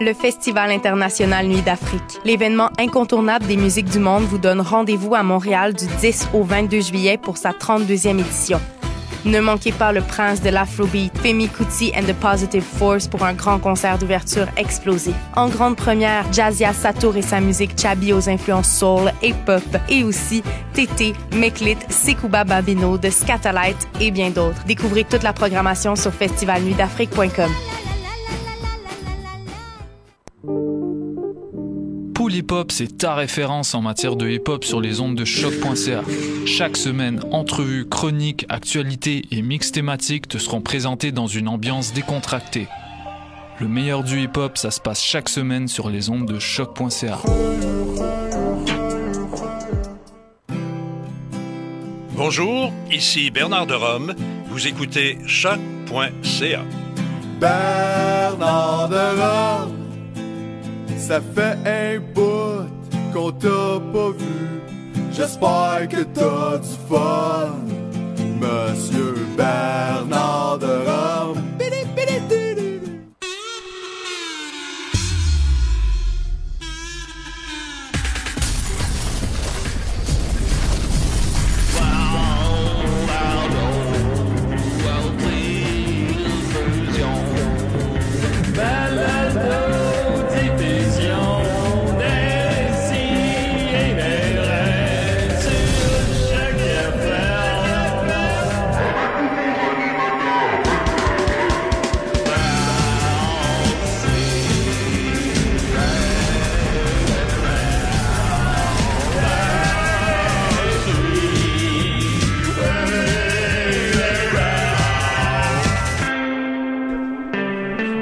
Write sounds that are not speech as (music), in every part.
Le Festival international Nuit d'Afrique, l'événement incontournable des musiques du monde, vous donne rendez-vous à Montréal du 10 au 22 juillet pour sa 32e édition. Ne manquez pas le prince de l'Afrobeat, Femi Kuti and the Positive Force pour un grand concert d'ouverture explosif. En grande première, Jazia Satour et sa musique Chabi aux influences soul et pop, et aussi Tété, Meklit, Sekouba Babino de Scatalite et bien d'autres. Découvrez toute la programmation sur festivalnuitdafrique.com. Pool Hip Hop, c'est ta référence en matière de hip hop sur les ondes de choc.ca. Chaque semaine, entrevues, chroniques, actualités et mix thématiques te seront présentés dans une ambiance décontractée. Le meilleur du hip hop, ça se passe chaque semaine sur les ondes de choc.ca. Bonjour, ici Bernard de Rome. Vous écoutez choc.ca. Bernard de Rome, ça fait un bout qu'on t'a pas vu. J'espère que t'as du fun, Monsieur Bernard de Rome. Bidi, bidi, du, du, du.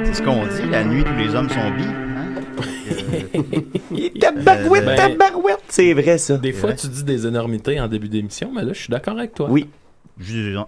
C'est ce qu'on dit, la nuit tous les hommes sont bi. hein? Ah, Tabarouette, Ben, ben- Euh, tabarouette, c'est vrai ça. Des fois, vrai. tu dis des énormités en début d'émission, mais là, je suis d'accord avec toi. Oui. Je-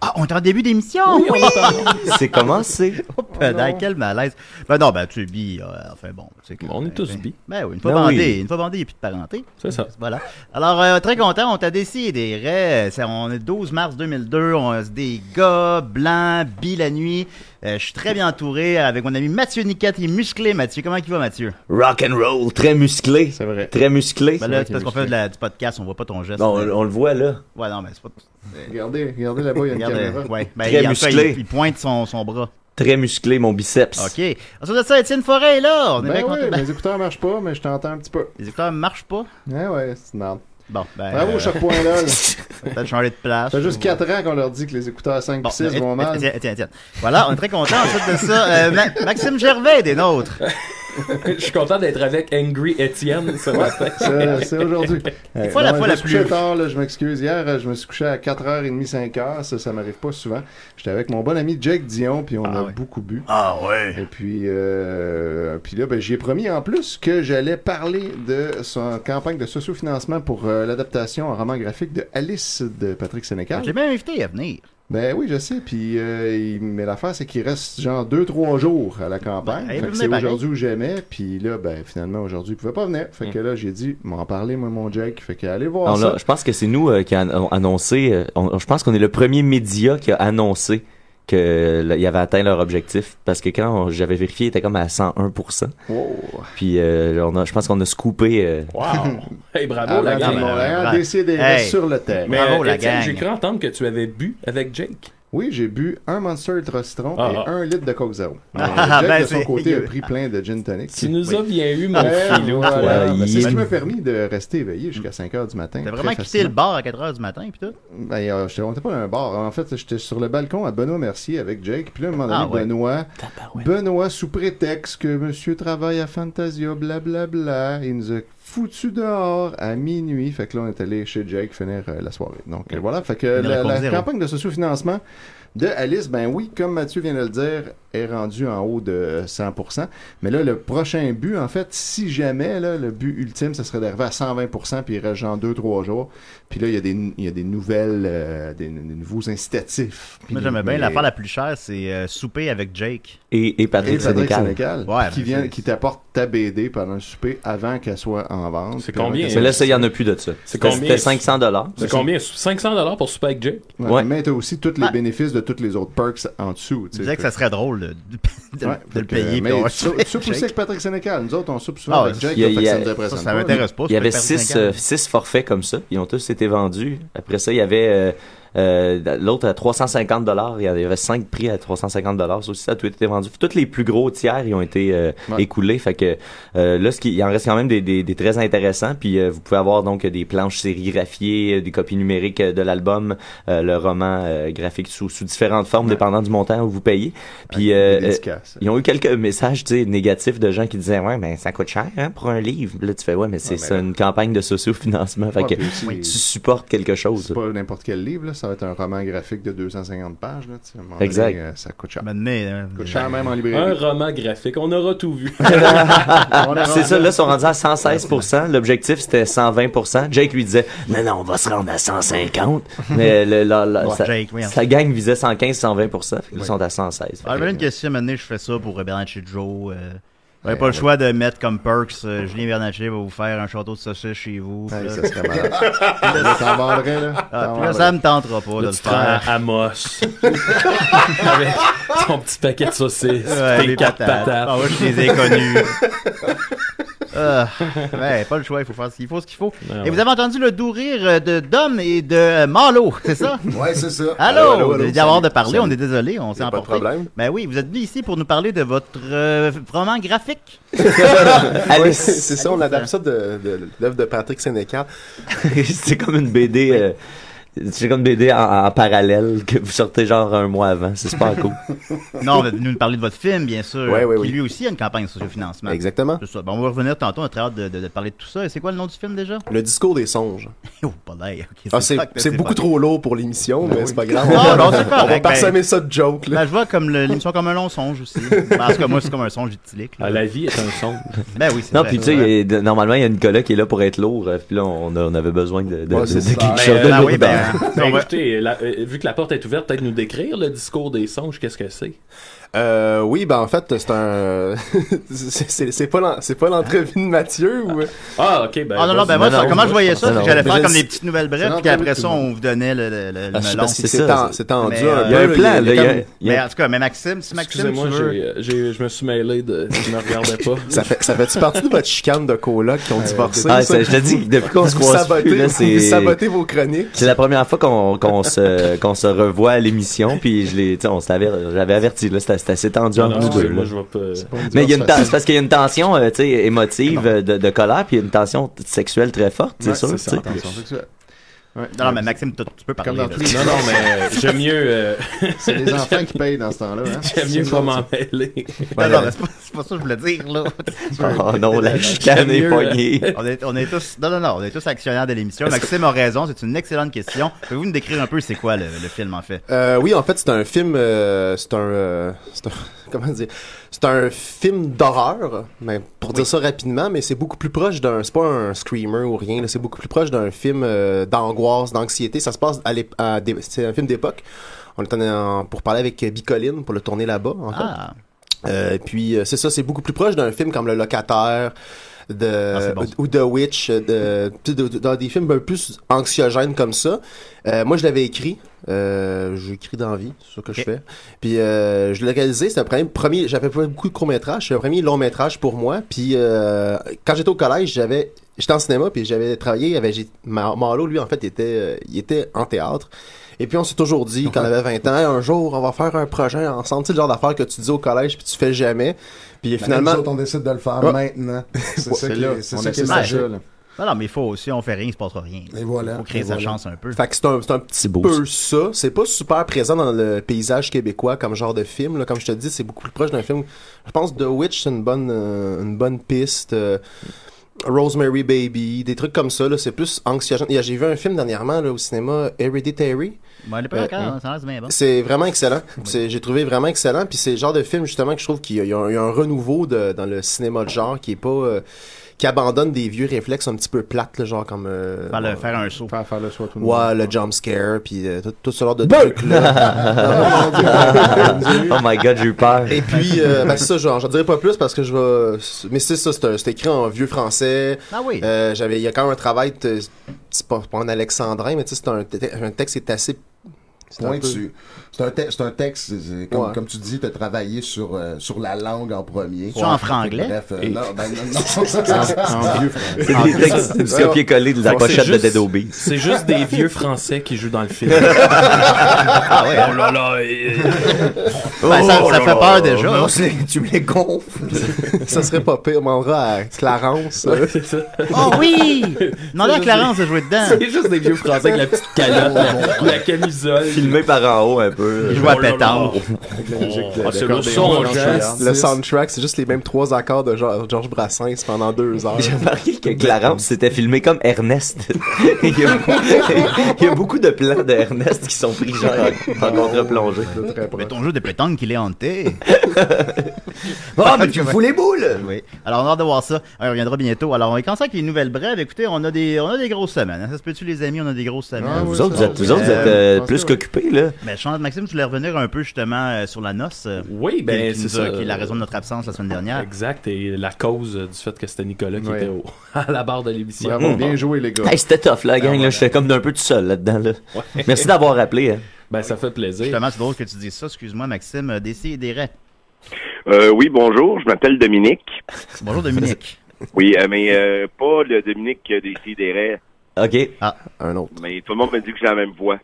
Ah, on est en début d'émission! Oui, on entend. C'est commencé. (laughs) Oh, pedaille, quel malaise! Ben non, ben tu es bi, euh, enfin bon. c'est que- On est tous bi. Ben oui, une fois Ben bandé, oui. une fois bandé, il n'y a plus de parenté. C'est ça. Voilà. Alors, euh, très content, on t'a décidé. Ray. C'est- On est le 12 mars 2002, on c'est des gars blancs, bi la nuit. Euh, Je suis très bien entouré avec mon ami Mathieu Niquette, il est musclé, Mathieu. Comment il va, Mathieu? Rock and roll, très musclé. C'est vrai. Très musclé. Ben là, c'est parce qu'on fait de la- du podcast, on voit pas ton geste. Non, euh, on, on le voit là. Ouais, non, mais c'est pas. Regardez, regardez là-bas, il y a une Regarde, caméra. euh, ouais. Ben, Très il, en fait, musclé. il, il pointe son, son bras. Très musclé, mon biceps. OK. Ensuite de ça, Étienne Forêt est là. On est bien Ben oui, content. mes écouteurs marchent pas, mais je t'entends un petit peu. Les écouteurs marchent pas. Ouais, Eh ouais, c'est une merde. Bon, ben. Bravo, euh, chaque point là. (laughs) Peut-être changer de place. Ça fait juste Ou- 4 ans qu'on leur dit que les écouteurs 5 Bon, et 6 et- vont mal. et- et- tiens, tiens. Voilà, on est très content ensuite de ça. euh, Ma- Maxime Gervais est des nôtres. Je suis content d'être avec Angry Etienne ce matin. C'est (laughs) c'est aujourd'hui. Des fois, la fois je la me suis couché plus- tard, là, je m'excuse. Hier, euh, je me suis couché à 4h30, 5h. Ça, ça m'arrive pas souvent. J'étais avec mon bon ami Jake Dion, puis on Ah a ouais. beaucoup bu. Ah ouais. Et puis, euh, puis là, ben, j'ai promis en plus que j'allais parler de sa campagne de sociofinancement pour euh, l'adaptation en roman graphique de Alice de Patrick Sénécal. Je l'ai même invité à venir. Ben oui, je sais. Puis, euh, il- mais l'affaire, c'est qu'il reste genre deux, trois jours à la campagne. Ben, il Fait peut que venir c'est pareil. aujourd'hui ou jamais. Puis là, ben finalement, aujourd'hui, il pouvait pas venir. Fait Hmm. que là, j'ai dit, m'en parler, moi, mon Jack. Fait que allez voir On ça. l'a- je pense que c'est nous euh, qui avons annoncé, euh, on- je pense qu'on est le premier média qui a annoncé qu'ils avaient atteint leur objectif. Parce que quand on- j'avais vérifié, il était comme à 101%. Oh. Wow. Puis euh, on a, je pense qu'on a scoopé. euh, Wow! (laughs) Hey, bravo, À la gang, Ah, la Ville gamme. de ben, Montréal, ben, décidez, hey. reste sur le terrain. Mais, Bravo, la Étienne, gang. J'ai cru entendre que tu avais bu avec Jake. Oui, j'ai bu un Monster Ultra Citron Ah, et ah. un litre de Coke Zero. Ah, Jack, ben, de son c'est- (laughs) côté, a pris plein de gin tonic. Tu nous as bien eu, mon Ouais, filou. voilà. toi, Ben, c'est ce qui il- m'a permis de rester éveillé jusqu'à 5 heures du matin. Hmm. T'as Très vraiment quitté facilement. le bar à 4h du matin pis tout? Ben, euh, j'étais- on était pas dans un bar. En fait, j'étais sur le balcon à Benoît Mercier avec Jake. Puis là, à un moment donné, Ah, ouais. Benoît, Benoît, sous prétexte que monsieur travaille à Fantasia, blablabla, il nous a foutu dehors à minuit. Fait que là, on est allé chez Jake finir euh, la soirée. Donc euh, voilà, fait que Il la, répond la zéro. campagne de sociofinancement de Alice, ben oui, comme Mathieu vient de le dire, est rendue en haut de 100%. Mais là, le prochain but, en fait, si jamais, là, le but ultime, ça serait d'arriver à 120%, puis il reste genre 2-3 jours. Puis là, il y a des, il y a des nouvelles, euh, des, des nouveaux incitatifs. Puis- Moi j'aimais bien. mais- L'affaire la plus chère, c'est euh, souper avec Jake. et, et et Patrick Patrick Sénécal. Sénécal, Ouais, qui, ben, vient, c'est- qui t'apporte ta BD pendant le souper avant qu'elle soit en vente. C'est Puis avant combien, qu'elle Mais là, soit- ça, il n'y en a plus de ça. C'est C'était combien? c'était 500 dollars. C'est combien? 500 dollars pour souper avec Jake? Ouais, Ouais. Mais t'as aussi tous les Ouais. bénéfices de tous les autres perks en dessous. Tu tu sais. disais que ça serait drôle de, de- de- Ouais, de fait le que, payer. mais puis on- tu sou- tu soupes aussi avec Patrick Sénécal. Nous autres, on soupe souvent Ah, avec ouais, Jake. il y a- là, fait il que y ça a- nous impressionne Ça pas. m'intéresse pas. Il y avait six, euh, six forfaits comme ça. Ils ont tous été vendus. Après ça, il y avait euh, euh, l'autre à 350 dollars. Il y avait cinq prix à 350 dollars. Ça aussi, ça a tout été vendu. Tous les plus gros tiers, ils ont été euh, Ouais. écoulés. Fait que euh, là, ce qui, il en reste quand même des, des- des très intéressants. Puis euh, vous pouvez avoir donc des planches sérigraphiées, euh, des copies numériques euh, de l'album, euh, le roman euh, graphique sous, sous différentes formes, dépendant du montant où vous payez. Puis euh, euh, Dédicace. ils ont eu quelques messages tu sais, négatifs de gens qui disaient Ouais, mais ça coûte cher hein, pour un livre. Là, tu fais Ouais, mais c'est Ouais, ça, mais là- une campagne de sociofinancement. Fait Ouais, que puis aussi, tu supportes quelque chose. C'est pas n'importe quel livre, là. ça va être un roman graphique de 250 pages. Là, tu sais, à un moment Exact. donné, euh, ça coûte cher. Ben, Ça Maintenant, coûte cher même en Un librairie. roman graphique, on aura tout (laughs) vu. On est Ah, C'est ça, rendu- là, ils sont rendus à 116%. L'objectif, c'était 120%. Jake lui disait, non, non, on va se rendre à 150. (laughs) Mais le, la, la- Ouais, sa, Jake, hein. oui, en sa gang visait 115, 120%. Fait que là, Ouais. ils sont à 116. Fait Ah, que- j'avais une question, maintenant je fais ça pour euh, Bernatchez Joe. Euh, j'avais Ouais, pas le ouais. choix de mettre comme perks euh, Julien Bernatchez va vous faire un château de saucisses chez vous. Puis Ben, Ouais, là, ça serait malade. Là, T'en vendrais, là. ah, T'en puis là, vendrais. ça me tentera pas de le tu te rends à faire. Amos. (laughs) Avec ton petit paquet de saucisses. Ouais, tes les quatre patates. patates. Ah ouais, je les ai connus. Ah, ouais, pas le choix, il faut faire ce qu'il faut, ce qu'il faut. Ouais, et ouais. vous avez entendu le doux rire euh, de Dom et de euh, Marlo, c'est ça? Ouais, c'est ça. Allô, allô, allô, d'y avoir salut, de parler, salut. on est désolé, on s'est Y a pas de emporté. problème. Ben oui, vous êtes venu ici pour nous parler de votre euh, roman graphique. Ouais, Alice, c'est ça, on adapte ça de, de, de l'œuvre de Patrick Sénécal. c'est (laughs) comme une BD. euh, c'est comme une BD en, en parallèle que vous sortez genre un mois avant. C'est super cool. Non, vous êtes venu nous parler de votre film, bien sûr, Ouais, ouais, qui oui. lui aussi a une campagne sur le financement. Exactement. C'est ça. Bon, on va revenir tantôt, on a très hâte de, de- de parler de tout ça. Et c'est quoi le nom du film déjà? (laughs) Le discours des songes. Oh, pas d'air. Ok, Ah, c'est fuck, c'est beaucoup fuck. trop lourd pour l'émission, mais c'est pas grave. Non, non, c'est On va correct, parsemer ça de jokes, là. Ben, je vois comme le- l'émission comme un long songe aussi. Ben, Parce que moi, c'est comme un songe utilique. là. Ah, la vie est un songe. Ben oui, c'est Non, vrai, puis tu c'est sais, il vrai. y a- de- normalement, il y a Nicolas qui est là pour être lourd. euh, Puis là, on, a- on avait besoin de, de, Ouais, de- c'est de ça. Ben, quelque chose de Ben oui, lourd. ben, Ben, Ah, on va- écoutez, la- euh, vu que la porte est ouverte, peut-être nous décrire le discours des songes, qu'est-ce que c'est? Euh, oui, ben en fait, c'est un. (laughs) c'est- c'est c'est pas l'en- c'est pas l'entrevue de Mathieu ou. Ah, ok, ben. Ah non, non, ben vas-y. moi, non, ça- non, comment moi, je voyais je ça, pense- c'est que j'allais non, faire mais comme c'est- des petites nouvelles c'est brèves, puis l'entrée qu'après de ça, tout le on vous donnait le, le, le- le Ah, je sais melon. pas si C'est c'est ça, ten- c'est- c'est tendu. Mais, euh, un Il y a un peu, plan, il y a là, il y a- comme- il y Mais a- en tout cas, mais Maxime, si Maxime, tu Excusez-moi, veux... j'ai- euh, j'ai- je me suis mêlé de. Je me regardais pas. Ça fait, ça fait-tu partie de votre chicane de coloc qui ont divorcé? Ah, ça? ça, je te dis, depuis qu'on se Vous croise plus, sabotez, là, c'est... vous sabotez vos chroniques. C'est la première fois qu'on qu'on se, (laughs) qu'on se revoit à l'émission, puis je l'ai, tu sais, on s'avait, j'avais averti, là, c'était c'était assez tendu Non, entre nous non, deux, c'est- là. moi, je vois pas. Mais il y a une tension, parce qu'il y a une tension, euh, tu sais, émotive, euh, de, de colère, puis il y a une tension t- sexuelle très forte, c'est Ouais, sûr, tu ça, sais. attention sexuelle. Ouais. Non, non, mais Maxime, tu tu peux Comme dans tous parler. les Non, non, mais euh, j'aime mieux. euh, (laughs) C'est les enfants qui payent dans ce temps-là. hein. j'aime mieux pas m'en mêler. Non, non, mais c'est pas c'est pas ça que je voulais dire, là. Oh non, la chicane est mieux, poignée. On est, on est tous, non, non, non, on est tous actionnaires de l'émission. Maxime a raison, c'est une excellente question. Pouvez-vous nous décrire un peu c'est quoi le, le film, en fait? Euh, oui, en fait, c'est un film, euh, c'est un, euh, c'est un- (laughs) comment dire, c'est un film d'horreur. Mais pour dire ça rapidement, mais c'est beaucoup plus proche d'un, c'est pas un screamer ou rien. là, C'est beaucoup plus proche d'un film euh, d'angoisse, d'anxiété. Ça se passe à, l'ép- à des- c'est un film d'époque. On est en- en- pour parler avec euh, Bicoline pour le tourner là-bas. en fait. Ah, Euh, puis euh, c'est ça, c'est beaucoup plus proche d'un film comme Le Locataire de Ah, c'est bon. ou The Witch, euh, de, tu sais, de- de- dans des films un peu plus anxiogènes comme ça. Euh, moi, je l'avais écrit. Euh, J'écris dans la vie, c'est ça que Ok. je fais. Puis euh, je l'ai réalisé, c'était un premier, premier j'avais pas beaucoup de courts-métrages, c'est un premier long-métrage pour moi. Puis euh, quand j'étais au collège, j'avais j'étais en cinéma, puis j'avais travaillé avec j'ai- Mar- Marlo, lui, en fait, il était, euh, il était en théâtre. Et puis on s'est toujours dit, quand on avait 20 ans, un jour, on va faire un projet ensemble. Tu sais, le genre d'affaire que tu dis au collège, puis tu fais jamais. Puis Finalement, finalement... nous autres, on décide de le faire Ouais. maintenant. C'est ça C'est qui là. est- c'est on ça qui est essaie ça, magique. là, là. non, non, mais il faut, si on fait rien, il se passera rien. Et voilà. Faut créer Et sa voilà. chance un peu. Fait que c'est un, c'est un petit C'est beau, peu ça. C'est pas super présent dans le paysage québécois comme genre de film. Là. Comme je te dis, c'est beaucoup plus proche d'un film. Je pense The Witch, c'est une bonne, euh, une bonne piste. euh, Rosemary Baby, des trucs comme ça. là, C'est plus anxiogène. Et J'ai vu un film dernièrement là, au cinéma, Hereditary. Bon, elle est pas Euh, encore, hein. ça a l'air bien bon. C'est vraiment excellent. C'est- J'ai trouvé vraiment excellent. Puis c'est le genre de film justement que je trouve qu'il y, a- il y a un- il y a un renouveau de- dans le cinéma de genre qui est pas euh, qui abandonne des vieux réflexes un petit peu plates, là, genre comme euh, Faire, le- euh, faire un saut. Faire faire le choix tout le monde. ouais, le jump scare, puis euh, tout, tout ce genre de trucs (laughs) là. (laughs) oh my god, j'ai eu peur. Et puis euh, ben, c'est ça, genre, j'en dirais pas plus parce que je vais. Mais c'est ça, c'est un- c'est écrit en vieux français. Ah oui. Euh, j'avais il y a quand même un travail de- c'est pas, pas un alexandrin mais tu sais c'est un, te- un texte qui est assez C'est un Point peu- dessus. C'est un, te- c'est un texte, c'est- c'est comme, Ouais. comme tu dis, tu as travaillé sur, euh, sur la langue en premier. Soit en franglais. Bref, euh, Et- non, ben, non, (laughs) non. En- en vieux français. C'est des textes, c'est euh, du copier-coller de la Donc, c'est pochette de juste- Dead Obi. C'est juste des vieux français qui jouent dans le film. Ah ouais. Oh là là, et- Ben, ça, Oh ça là fait là, peur déjà. non, c'est- tu me les gonfles. ça serait pas pire. On demandera à Clarence. euh, c'est ça. Oh oui! Demandez à Clarence de jouer dedans. C'est juste des vieux français avec la petite calotte, la, la camisole. Filmé par en haut un peu. Il joue à pétard. Avec la musique de- Ah, c'est le d'accordéon, son, là, hein. je regarde. Le soundtrack, c'est juste les mêmes trois accords de Geor- Georges Brassens pendant deux (laughs) heures. J'ai remarqué que Clarence s'était filmé comme (laughs) Ernest. il, y a, il y a beaucoup de plans d'Ernest qui sont pris genre en contre-plongée. C'est très proche. Mais ton jeu de pétanque, il est hanté. Ah, mais tu me fous les boules! Oui. Alors, on a hâte de voir ça. On y reviendra bientôt. Alors, on est commence avec les nouvelles brèves. Écoutez, on a des, on a des grosses semaines. hein. Ça se peut-tu, les amis? On a des grosses Ah semaines. oui. Vous autres, vous êtes, vous autres, vous êtes euh, plus qu'occupés, là. Mais je Maxime, tu voulais revenir un peu justement euh, sur la noce. euh, Oui, ben qui- qui c'est nous a- ça. Qui est la raison de notre absence la semaine dernière. Exact, et la cause euh, du fait que c'était Nicolas qui Ouais. était au- (laughs) à la barre de l'émission. Bravo, bien joué, les gars. Hey, c'était tough, la gang. là. J'étais comme d'un peu tout seul là-dedans. Là. Merci d'avoir appelé. hein. Ben ça fait plaisir. Justement, c'est drôle que tu dises ça. Excuse-moi, Maxime. euh, Des et des raies. Euh, oui, bonjour, je m'appelle Dominique. Bonjour, Dominique. Oui, euh, mais euh, pas le Dominique euh, des Sidérés, OK. Un autre. mais tout le monde me dit que j'ai la même voix.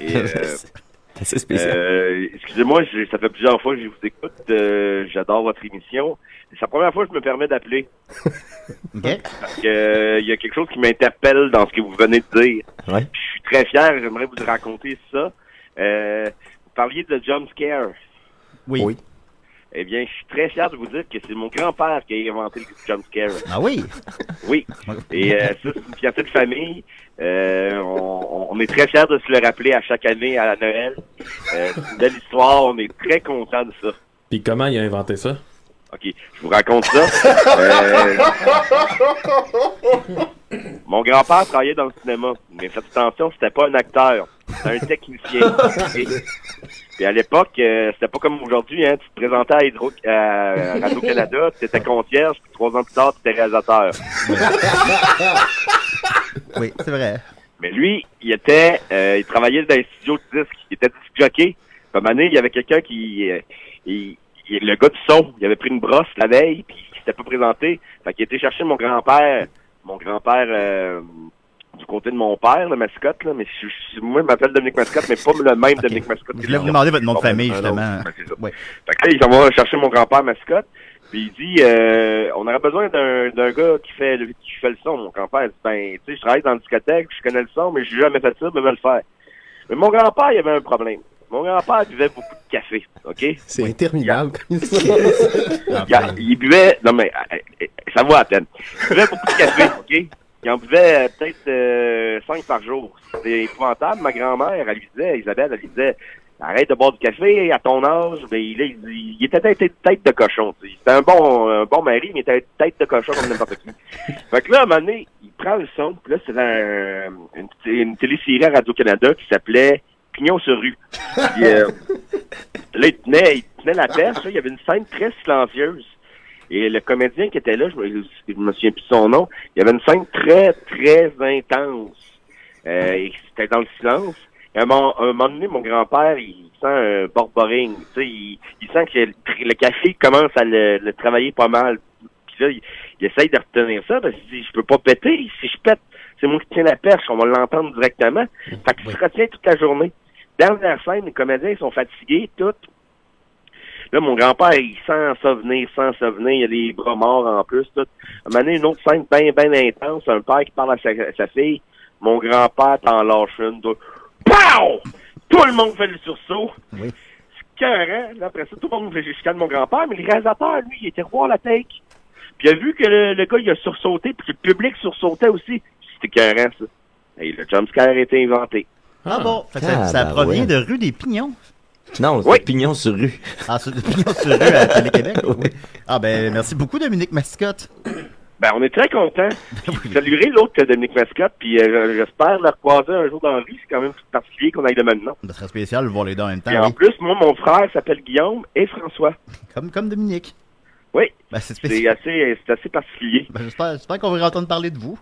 Et, euh, (laughs) C'est assez spécial. euh, excusez-moi, j'ai- ça fait plusieurs fois que je vous écoute, euh, j'adore votre émission. C'est la première fois que je me permets d'appeler, OK? parce que, euh, il y a quelque chose qui m'interpelle dans ce que vous venez de dire. Ouais. Puis Je suis très fier, j'aimerais vous raconter ça. Euh, vous parliez de jump scare. Oui. Oui. Eh bien, je suis très fier de vous dire que c'est mon grand-père qui a inventé le jump scare. Ah oui? Oui. Et euh, ça, c'est une fierté de famille. Euh, on, on est très fiers de se le rappeler à chaque année à la Noël. Euh, c'est une belle histoire. On est très contents de ça. Puis comment il a inventé ça? OK, je vous raconte ça. Euh, Mon grand-père travaillait dans le cinéma, mais faites attention, c'était pas un acteur, c'était un technicien. Et, et à l'époque, euh, c'était pas comme aujourd'hui, hein, tu te présentais à, Hydro, à Radio-Canada, tu étais concierge, puis trois ans plus tard, tu étais réalisateur. Oui, c'est vrai. Mais lui, il était, euh, il travaillait dans les studios de disques. Il était disque jockey. Comme année, il y avait quelqu'un qui, euh, il- il- le gars du son, il avait pris une brosse la veille, puis il s'était pas présenté. Fait qu'il était chercher mon grand-père, mon grand-père euh, du côté de mon père, le mascotte. Là. Mais je- je- moi, je m'appelle Dominique Mascotte, mais pas le même Dominique Mascotte. Je que voulais vous lui. demander votre nom de Bon, ben, famille, un autre. justement. Ben, c'est ça. Ouais. Fait que là, il s'en va chercher mon grand-père mascotte. Puis il dit, euh, on aurait besoin d'un d'un gars qui fait, le, qui fait le son. Mon grand-père dit, ben, tu sais, je travaille dans la discothèque, je connais le son, mais j'ai jamais fait ça, mais je vais le faire. Mais mon grand-père, il avait un problème. Mon grand-père buvait beaucoup de café, OK? C'est interminable comme Ah, ben. (laughs) ça. Il, a- il buvait, non mais, euh, euh, ça va à peine. Il buvait beaucoup de café, OK? Il en buvait euh, peut-être euh, cinq par jour. C'était épouvantable. Ma grand-mère, elle lui disait, Isabelle, elle lui disait, arrête de boire du café à ton âge. Mais il, est- il, il était tête, tête de cochon. tu sais. C'était un bon, un bon mari, mais il était tête de cochon comme n'importe qui. Fait que là, à un moment donné, il prend le son. Puis là, c'est un, une, une télésérie à Radio-Canada qui s'appelait Pignon sur rue. Puis, euh, là, il tenait, il tenait la perche. là. Il y avait une scène très silencieuse. Et le comédien qui était là, je me, je me souviens plus de son nom, il y avait une scène très, très intense. Euh, et c'était dans le silence. Et à un moment, à un moment donné, mon grand-père, il sent un borboring. Tu sais, il, il sent que le, tr- le café commence à le, le travailler pas mal. Puis là, il, il essaye de retenir ça parce qu'il dit, je peux pas péter. Si je pète, c'est moi qui tiens la perche. On va l'entendre directement. Fait qu'il se retient toute la journée. Dernière scène, les comédiens, ils sont fatigués, tout. Là, mon grand-père, il sent ça venir, sans ça venir. Il y a des bras morts en plus, tout. À un moment donné, une autre scène ben, bien, bien intense. Un père qui parle à sa, à sa fille. Mon grand-père t'en lâche une. deux. Pow! Tout le monde fait le sursaut. Oui. C'est Cœurant. Là, après ça, tout le monde fait jusqu'à mon grand-père, mais le réalisateur, lui, il était roi à la take. Puis il a vu que le, le gars, il a sursauté, puis que le public sursautait aussi. C'était cœurant, ça. Et le jumpscare a été inventé. Ah bon? Fait que ça, Ah, ça bah provient ouais. de rue des Pignons. Non, c'est Oui. pignon sur rue. Ah, sur, Pignons sur rue à (laughs) Télé-Québec. oui. Ah ben, merci beaucoup, Dominique Mascotte. Ben, on est (laughs) très contents. Puis, saluer l'autre que Dominique Mascotte, puis euh, j'espère le croiser un jour dans la rue. C'est quand même particulier qu'on aille de même nom. Ce serait spécial de voir les deux en même Et temps. en oui. plus, moi, mon frère s'appelle Guillaume et François. Comme, comme Dominique. ah. Oui. Ben, c'est spécial. C'est assez, c'est assez particulier. Ben, j'espère, j'espère qu'on va entendre parler de vous.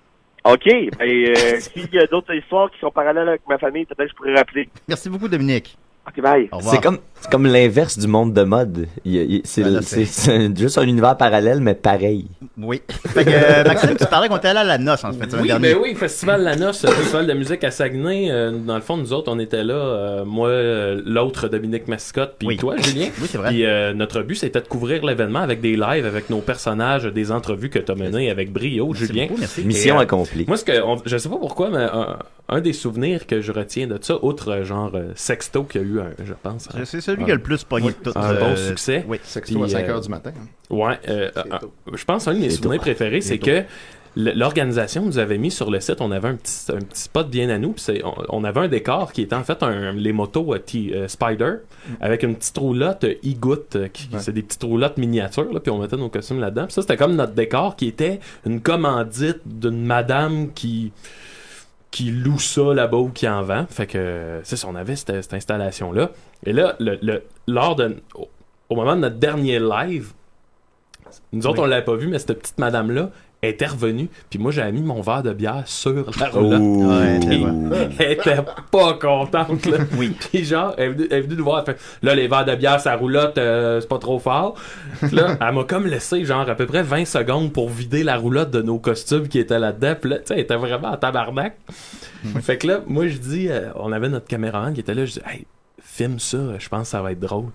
(laughs) OK. Ben, euh, S'il y a d'autres histoires qui sont parallèles avec ma famille, peut-être que je pourrais rappeler. Merci beaucoup, Dominique. OK, bye. C'est comme, c'est comme l'inverse du monde de mode. Il- il- C'est Ben là, c'est- c'est juste un univers parallèle, mais pareil. Oui. (laughs) Fait que, euh, Maxime, tu parlais qu'on était allé à la noce en fait, Oui, dernier. ben oui, Festival La Noce, le Festival de musique à Saguenay. euh, dans le fond, nous autres, on était là, euh, moi, euh, l'autre Dominique Mascotte, puis toi, Julien. Oui, c'est vrai. Puis euh, notre but, c'était de couvrir l'événement avec des lives, avec nos personnages, des entrevues que tu as menées avec brio, Julien. beaucoup, merci. Mission euh, Et, accomplie. Moi, ce que, on- je sais pas pourquoi, mais un, un des souvenirs que je retiens de ça, outre euh, genre euh, Sexto qu'il y a eu, un, je pense. un- euh, C'est celui qui a le plus pogné oui, de tout, Un euh, bon succès. oui. Sexto Puis, à cinq euh, heures du matin. hein. Ouais, euh, euh, euh, je pense un de mes souvenirs préférés, c'est que l- l'organisation nous avait mis sur le site, on avait un petit, un petit spot bien à nous, puis c'est- on, on avait un décor qui était en fait un, les motos euh, T- euh, Spider avec une petite roulotte euh, e-goutte, euh, qui- c'est des petites roulottes miniatures, là, puis on mettait nos costumes là-dedans. Puis ça, c'était comme notre décor qui était une commandite d'une madame qui qui loue ça là-bas ou qui en vend. Fait que euh, c'est ça, on avait cette, cette installation-là. Et là, le, le- lors de, au- au moment de notre dernier live, nous autres, on l'avait pas vu, mais cette petite madame-là était revenue. Puis moi, j'avais mis mon verre de bière sur la roulotte. Ouh. Ouais, Puis elle elle était pas contente. Là. Puis genre, elle est venue, elle est venue nous voir. Elle fait, là, les verres de bière, sa roulotte, euh, c'est pas trop fort. Puis là, elle m'a comme laissé genre à peu près 20 secondes pour vider la roulotte de nos costumes qui étaient là-dedans. Puis là, tu sais, elle était vraiment en tabarnak. Fait que là, moi, je dis, euh, on avait notre caméraman qui était là. Je dis, hey, filme ça, je pense que ça va être drôle.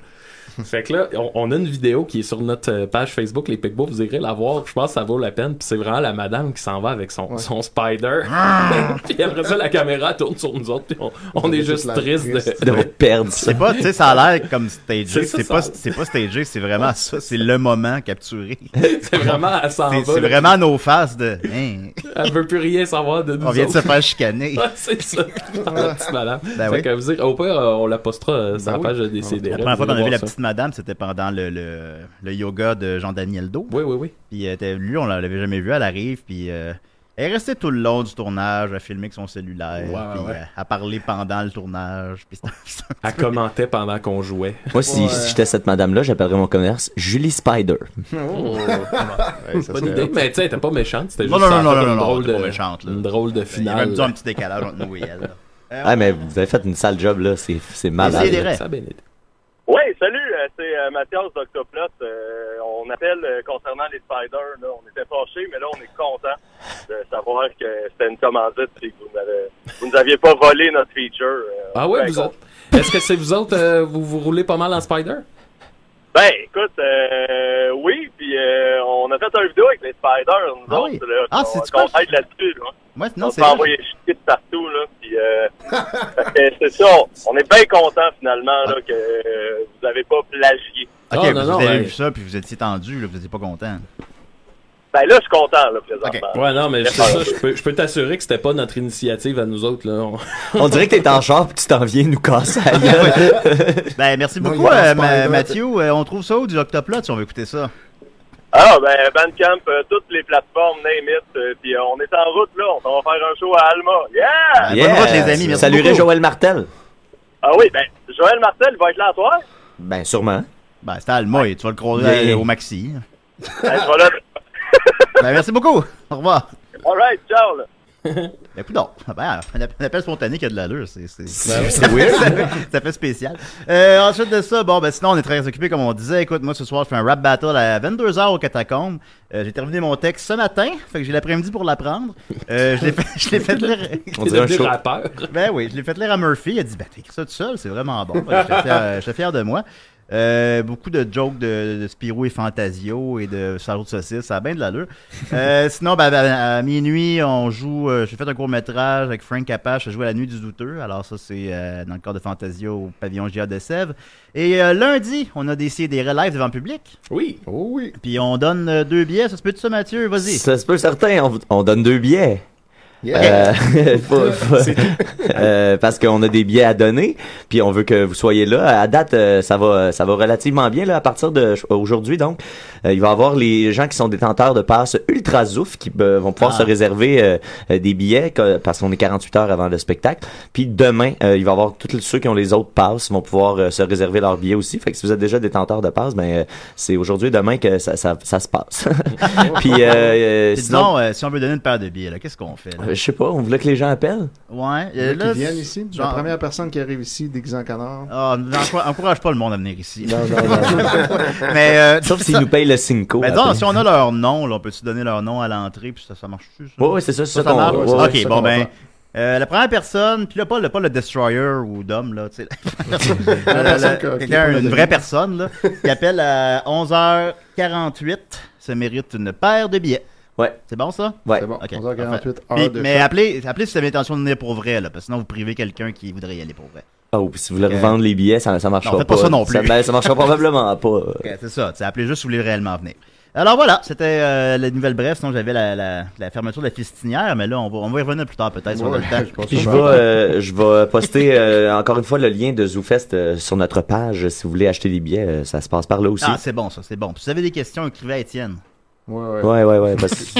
(laughs) Fait que là, on, on a une vidéo qui est sur notre euh, page Facebook, les Picbois, vous irez la voir, je pense que ça vaut la peine. Puis c'est vraiment la madame qui s'en va avec son, son spider. Ah! (laughs) puis après ça, la caméra tourne sur nous autres, puis on, on est juste triste de... perdre ça. C'est pas, tu sais, ça a l'air comme stagé. C'est ça, C'est ça pas, a- c'est pas stagé, c'est vraiment ça. C'est le moment (laughs) capturé. (laughs) C'est vraiment, elle s'en C'est va. c'est là. vraiment nos faces de. hein, Elle veut plus rien savoir de nous on vient de se autres. (laughs) faire chicaner. Ouais, c'est ça, la petite madame. fait Ben oui. Ben que vous irez- au pire, euh, on la postera euh, sur la page des CD. La première fois qu'on a vu la petite madame, c'était pendant le, le, le yoga de Jean-Daniel Do. Oui, oui, oui. Puis euh, t'es- lui, on l'avait jamais vu, elle arrive, puis euh, elle est restée tout le long du tournage, à filmer avec son cellulaire, Ouais, puis ouais. euh, à parler pendant le tournage. Puis c'était- (laughs) Elle commentait pendant qu'on jouait. Moi, si, si j'étais cette madame-là, j'appellerais mon commerce Julie Spider. Oh. ça hein? Bonne serait- idée, mais tu sais, elle était pas méchante, c'était Non, juste non, ça, non, elle non, fait non, une non, drôle t'es pas de- méchante, là. Une drôle de Il y a finale. même dû un petit décalage entre nous et elle. là. Ah, mais vous avez fait une sale job, là. C'est c'est malade. Essayez des raies. Ça a bien été. Oui, salut, euh, c'est euh, Mathias d'Octoplot. Euh, on appelle euh, concernant les spiders. Là, on était fâchés, mais là, on est content de savoir que c'était une commandite et que vous n'avez- vous nous aviez pas volé notre feature. Euh, Ah ouais, ben, vous autres. Est-ce que c'est vous autres, euh, vous vous roulez pas mal en Spider? Ben, écoute, euh, oui, puis euh, on a fait une vidéo avec les spiders, nous Ah autres, oui. là, Ah, qu'on- c'est-tu qu'on quoi? aide là-dessus, là. Ouais, on non, s'est c'est vrai. envoyé chier de partout, là, puis euh, (laughs) fait que c'est ça, on- on est bien content finalement, là, que euh, vous avez pas plagié. Ok, Ah, non, vous non, avez ouais. vu ça, puis vous étiez tendu, là, vous étiez pas content. Ben là, je suis content, là, présentement. Ouais, non, mais c'est ça, je peux, je peux t'assurer que c'était pas notre initiative à nous autres, là. (laughs) On- On dirait que t'es en char pis tu t'en viens nous casser (laughs) la gueule. Ben, merci Non, beaucoup, il y a un euh, ma- spider. Mathieu. Euh, on trouve ça où du Octoplot si on veut écouter ça? Ah, ben, Bandcamp, euh, toutes les plateformes, name it, euh, puis euh, on est en route, là, on s'en va faire un show à Alma. Yeah! Ben, Bonne route, les amis, merci Saluerait beaucoup. Joël Martel. Ah oui, ben, Joël Martel, il va être là à toi. Ben, sûrement. (laughs) Ben, c'était Alma, et tu vas le croiser Yeah. euh, au maxi. Ben, je vais là. (laughs) Ben, merci beaucoup. Au revoir. All right, ciao, là. Ben, plus Ben, un app- un appel spontané qui a de l'allure, c'est. c'est- (laughs) Ben C'est weird. ça fait spécial. Euh, ensuite de ça, bon, ben sinon, on est très occupé, comme on disait. Écoute, moi, ce soir, je fais un rap battle à 22h au Catacombe. Euh, j'ai terminé mon texte ce matin, fait que j'ai l'après-midi pour l'apprendre. Euh, je l'ai fait, (laughs) je l'ai fait lire. On dirait un des show. rappeurs. Ben oui, je l'ai fait lire à Murphy. Il a dit, ben, t'écris ça tout seul, c'est vraiment bon. Ben, J'étais fier, j'étais fier de moi. Euh, beaucoup de jokes de, de Spirou et Fantasio et de Charlot de Saucisse, ça a bien de l'allure. Euh, sinon, ben, ben, à minuit, on joue. euh, J'ai fait un court-métrage avec Frank Apache, je joue à la nuit du douteux. Alors, ça, c'est euh, dans le cadre de Fantasio au pavillon GA de Sèvres. Et euh, lundi, on a des des live devant le public. Oui. Oh oui. Puis on donne euh, deux billets. Ça se peut-tu ça, Mathieu Vas-y. Ça se peut, certain. On, on donne deux billets. Euh, (laughs) faut- faut- (laughs) euh, parce qu'on a des billets à donner, puis on veut que vous soyez là. À date, euh, ça va, ça va relativement bien là. À partir de aujourd'hui, donc, euh, il va y avoir les gens qui sont détenteurs de passes ultra zouf qui euh, vont pouvoir Ah. se réserver euh, euh, des billets que- parce qu'on est 48 heures avant le spectacle. Puis demain, euh, il va y avoir tous ceux qui ont les autres passes vont pouvoir euh, se réserver leurs billets aussi. Fait que si vous êtes déjà détenteur de passes, ben euh, c'est aujourd'hui et demain que ça, ça, ça se passe. (laughs) puis euh, euh, Puis sinon- disons, euh, si on veut donner une paire de billets, là, qu'est-ce qu'on fait? là? euh, je sais pas, on voulait que les gens appellent. Ouais, euh, Il y en a là, qui viennent ici. genre- La première personne qui arrive ici déguisée en canard. Ah, n'encourage- encourage pas le monde à venir ici. Non, non, non. (laughs) Mais, euh, (laughs) Sauf s'ils nous payent le Cinco. Mais disons, après. si on a leur nom, là, on peut-tu donner leur nom à l'entrée, puis ça, ça marche-tu? Ouais, ouais, c'est ça, c'est ça qu'on- marche? ouais, ouais, Ok, c'est ça bon, qu'on va ben. faire. euh, la première personne, puis là, pas le, pas le destroyer ou Dom, là, tu sais. (laughs) la- La la- personne qui a- qui a quelqu'un, pas une donné. vraie personne, là, qui appelle à 11h48, ça mérite une paire de billets. Ouais. C'est bon, ça? Ouais. C'est bon, Ok. 11h48, Puis- heure de mais choc. appelez, appelez si vous avez l'intention de venir pour vrai, là, parce que sinon vous privez quelqu'un qui voudrait y aller pour vrai. Oh, si vous voulez Ok. revendre les billets, ça, ça marchera Non, faites pas ça non plus. Ça, ben, ça marchera probablement pas. Ok, c'est ça, tu sais, appelez juste si vous voulez réellement venir. Alors voilà, c'était euh, la nouvelle brève, sinon j'avais la, la- la fermeture de la fistinière, mais là on va, on va y revenir plus tard peut-être si on a le Ouais, temps. je pense Puis je vais, euh, je vais poster euh, encore une fois le lien de ZooFest euh, sur notre page. Si vous voulez acheter des billets, euh, ça se passe par là aussi. Ah, c'est bon ça, c'est bon. Puis si vous avez des questions, écrivez à Étienne. Ouais, ouais. ouais, ouais, ouais. parce que-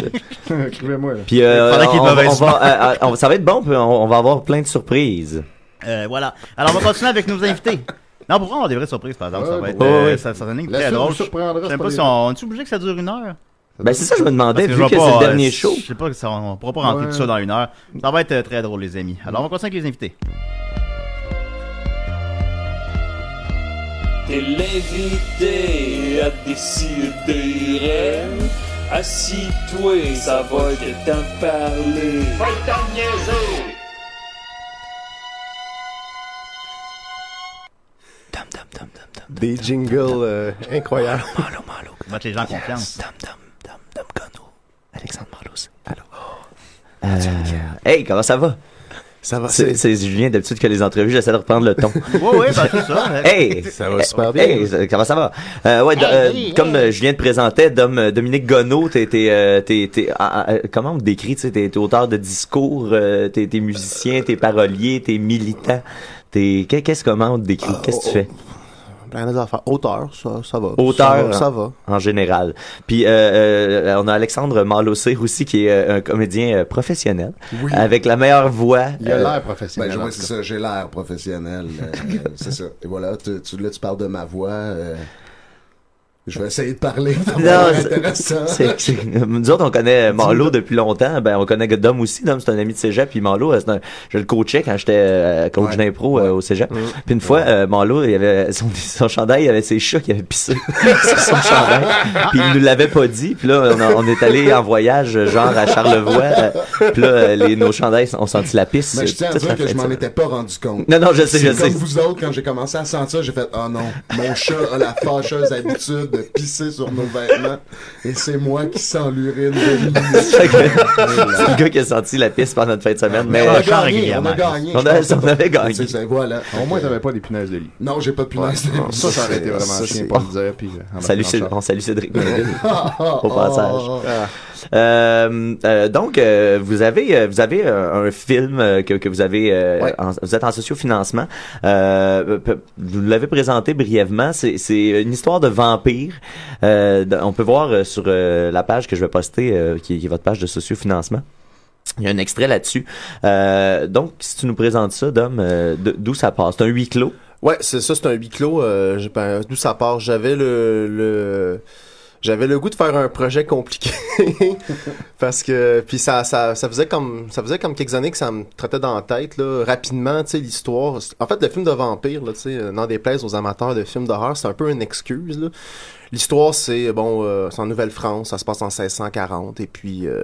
(laughs) euh, Écrivez-moi. là. Puis euh, Pendant qu'il y a on, de on mauvaises va, euh, euh, on- ça va être bon, puis on, on va avoir plein de surprises. Euh, voilà. Alors on va continuer avec nos invités. Non, pourquoi on a des vraies surprises par exemple? Ça va Ouais, être ouais, euh, ouais. ça, ça va être une La très suite drôle. vous Je surprendra, je sais c'est pas pas si les- on, on est obligé que ça dure une heure. Ben c'est ça que je me demandais, Parce vu je que vais c'est pas, le euh, dernier show. Je sais pas, ça, on on pourra pas rentrer Ouais. tout ça dans une heure. Ça va être euh, très drôle les amis. Alors on continue avec les invités. T'es l'invité à décider. Assis-toi, ça va te t'en parler. Va t'en niaiser! Des jingles euh, (laughs) incroyables. On va mettre les gens en confiance. Alexandre Marlos. Allô. Oh. Euh, hey, comment ça va? Ça va, C'est c'est c'est Julien, d'habitude que les entrevues, j'essaie de (laughs) reprendre le ton. Ouais, ouais, bah, c'est ça. Hey! Ça va super bien. Hey, ça- comment ça va? Euh, ouais, do- euh, comme euh, Julien te présentait, Dom- euh, Dominique Gonneau, t'es, t'es, euh, t'es- t'es- ah, ah, euh, comment on te décrit, tu sais, t'es, t'es auteur de discours, euh, t'es, t'es musicien, t'es parolier, t'es militant, t'es, qu'est- qu'est-ce, comment on te décrit, Euh, qu'est-ce oh, que tu fais? plein d'affaires. Auteur, ça, ça va. Auteur, Ça va. Ça va. en général. Puis euh, euh, on a Alexandre Marlossé aussi qui est euh, un comédien euh, professionnel Oui. avec la meilleure voix. Il a euh, l'air Ben, professionnel. je- en ouais, tout cas. c'est ça, j'ai l'air professionnel. euh, (laughs) c'est ça. Et voilà, tu, tu- là, tu parles de ma voix. euh, je vais essayer (laughs) de parler. Ça va Non, être c'est- intéressant. C'est- c'est- Nous autres, on connaît Marlo depuis longtemps. Ben, on connaît Dom aussi. Dom, c'est un ami de cégep. Puis Marlo, euh, c'est un- je le coachais quand j'étais euh, coach Ouais. d'impro euh, au cégep. Puis une fois, euh, Marlo, il avait son, son chandail, il avait ses chats qui avaient pissé (laughs) sur son chandail. Puis il nous l'avait pas dit. Puis là, on, a- on est allé en voyage, euh, genre à Charlevoix. euh, puis là, euh, les, nos chandails ont senti la pisse. Mais je tiens à toute la dire que je fin de m'en semaine. étais pas rendu compte. Non, non, je C'est sais, je comme sais. vous autres, quand j'ai commencé à sentir, j'ai fait Oh non, mon chat a la fâcheuse habitude de pisser sur nos vêtements et c'est moi qui sens l'urine de lui. Fait que- c'est le gars qui a senti la pisse pendant notre fin de semaine. Mais on, ouais, a gagné, on régulièrement. a gagné. on, a- on avait Ah, gagné. C'est ça, voilà. Au moins, t'avais pas des punaises de lit. Non, j'ai pas de punaise. Ça, ça aurait été vraiment ça, chien c'est- pour le dire. Puis, euh, Ah, bah, en Salut, marchant Céd- en char. on salue Cédric Melville. Ah, Au ah, passage. (laughs) ah. Euh, euh, donc, euh, vous avez, euh, vous avez euh, un film euh, que, que vous avez, euh, Ouais. en- vous êtes en sociofinancement. Euh, pe- vous l'avez présenté brièvement. C'est c'est une histoire de vampire. Euh, d- on peut voir euh, sur euh, la page que je vais poster, euh, qui, qui est votre page de sociofinancement. Il y a un extrait là-dessus. Euh, donc, si tu nous présentes ça, Dom, euh, d- d'où ça passe? C'est un huis clos. Ouais, c'est ça, c'est un huis clos. euh, j'ai- ben, D'où ça part? J'avais le, le- j'avais le goût de faire un projet compliqué (laughs) parce que puis ça, ça, ça faisait comme ça faisait comme quelques années que ça me trottait dans la tête là rapidement tu sais l'histoire en fait le film de vampire là tu sais euh, n'en déplaise aux amateurs de films d'horreur c'est un peu une excuse là L'histoire, c'est bon, euh, c'est en Nouvelle-France, ça se passe en 1640, et puis euh,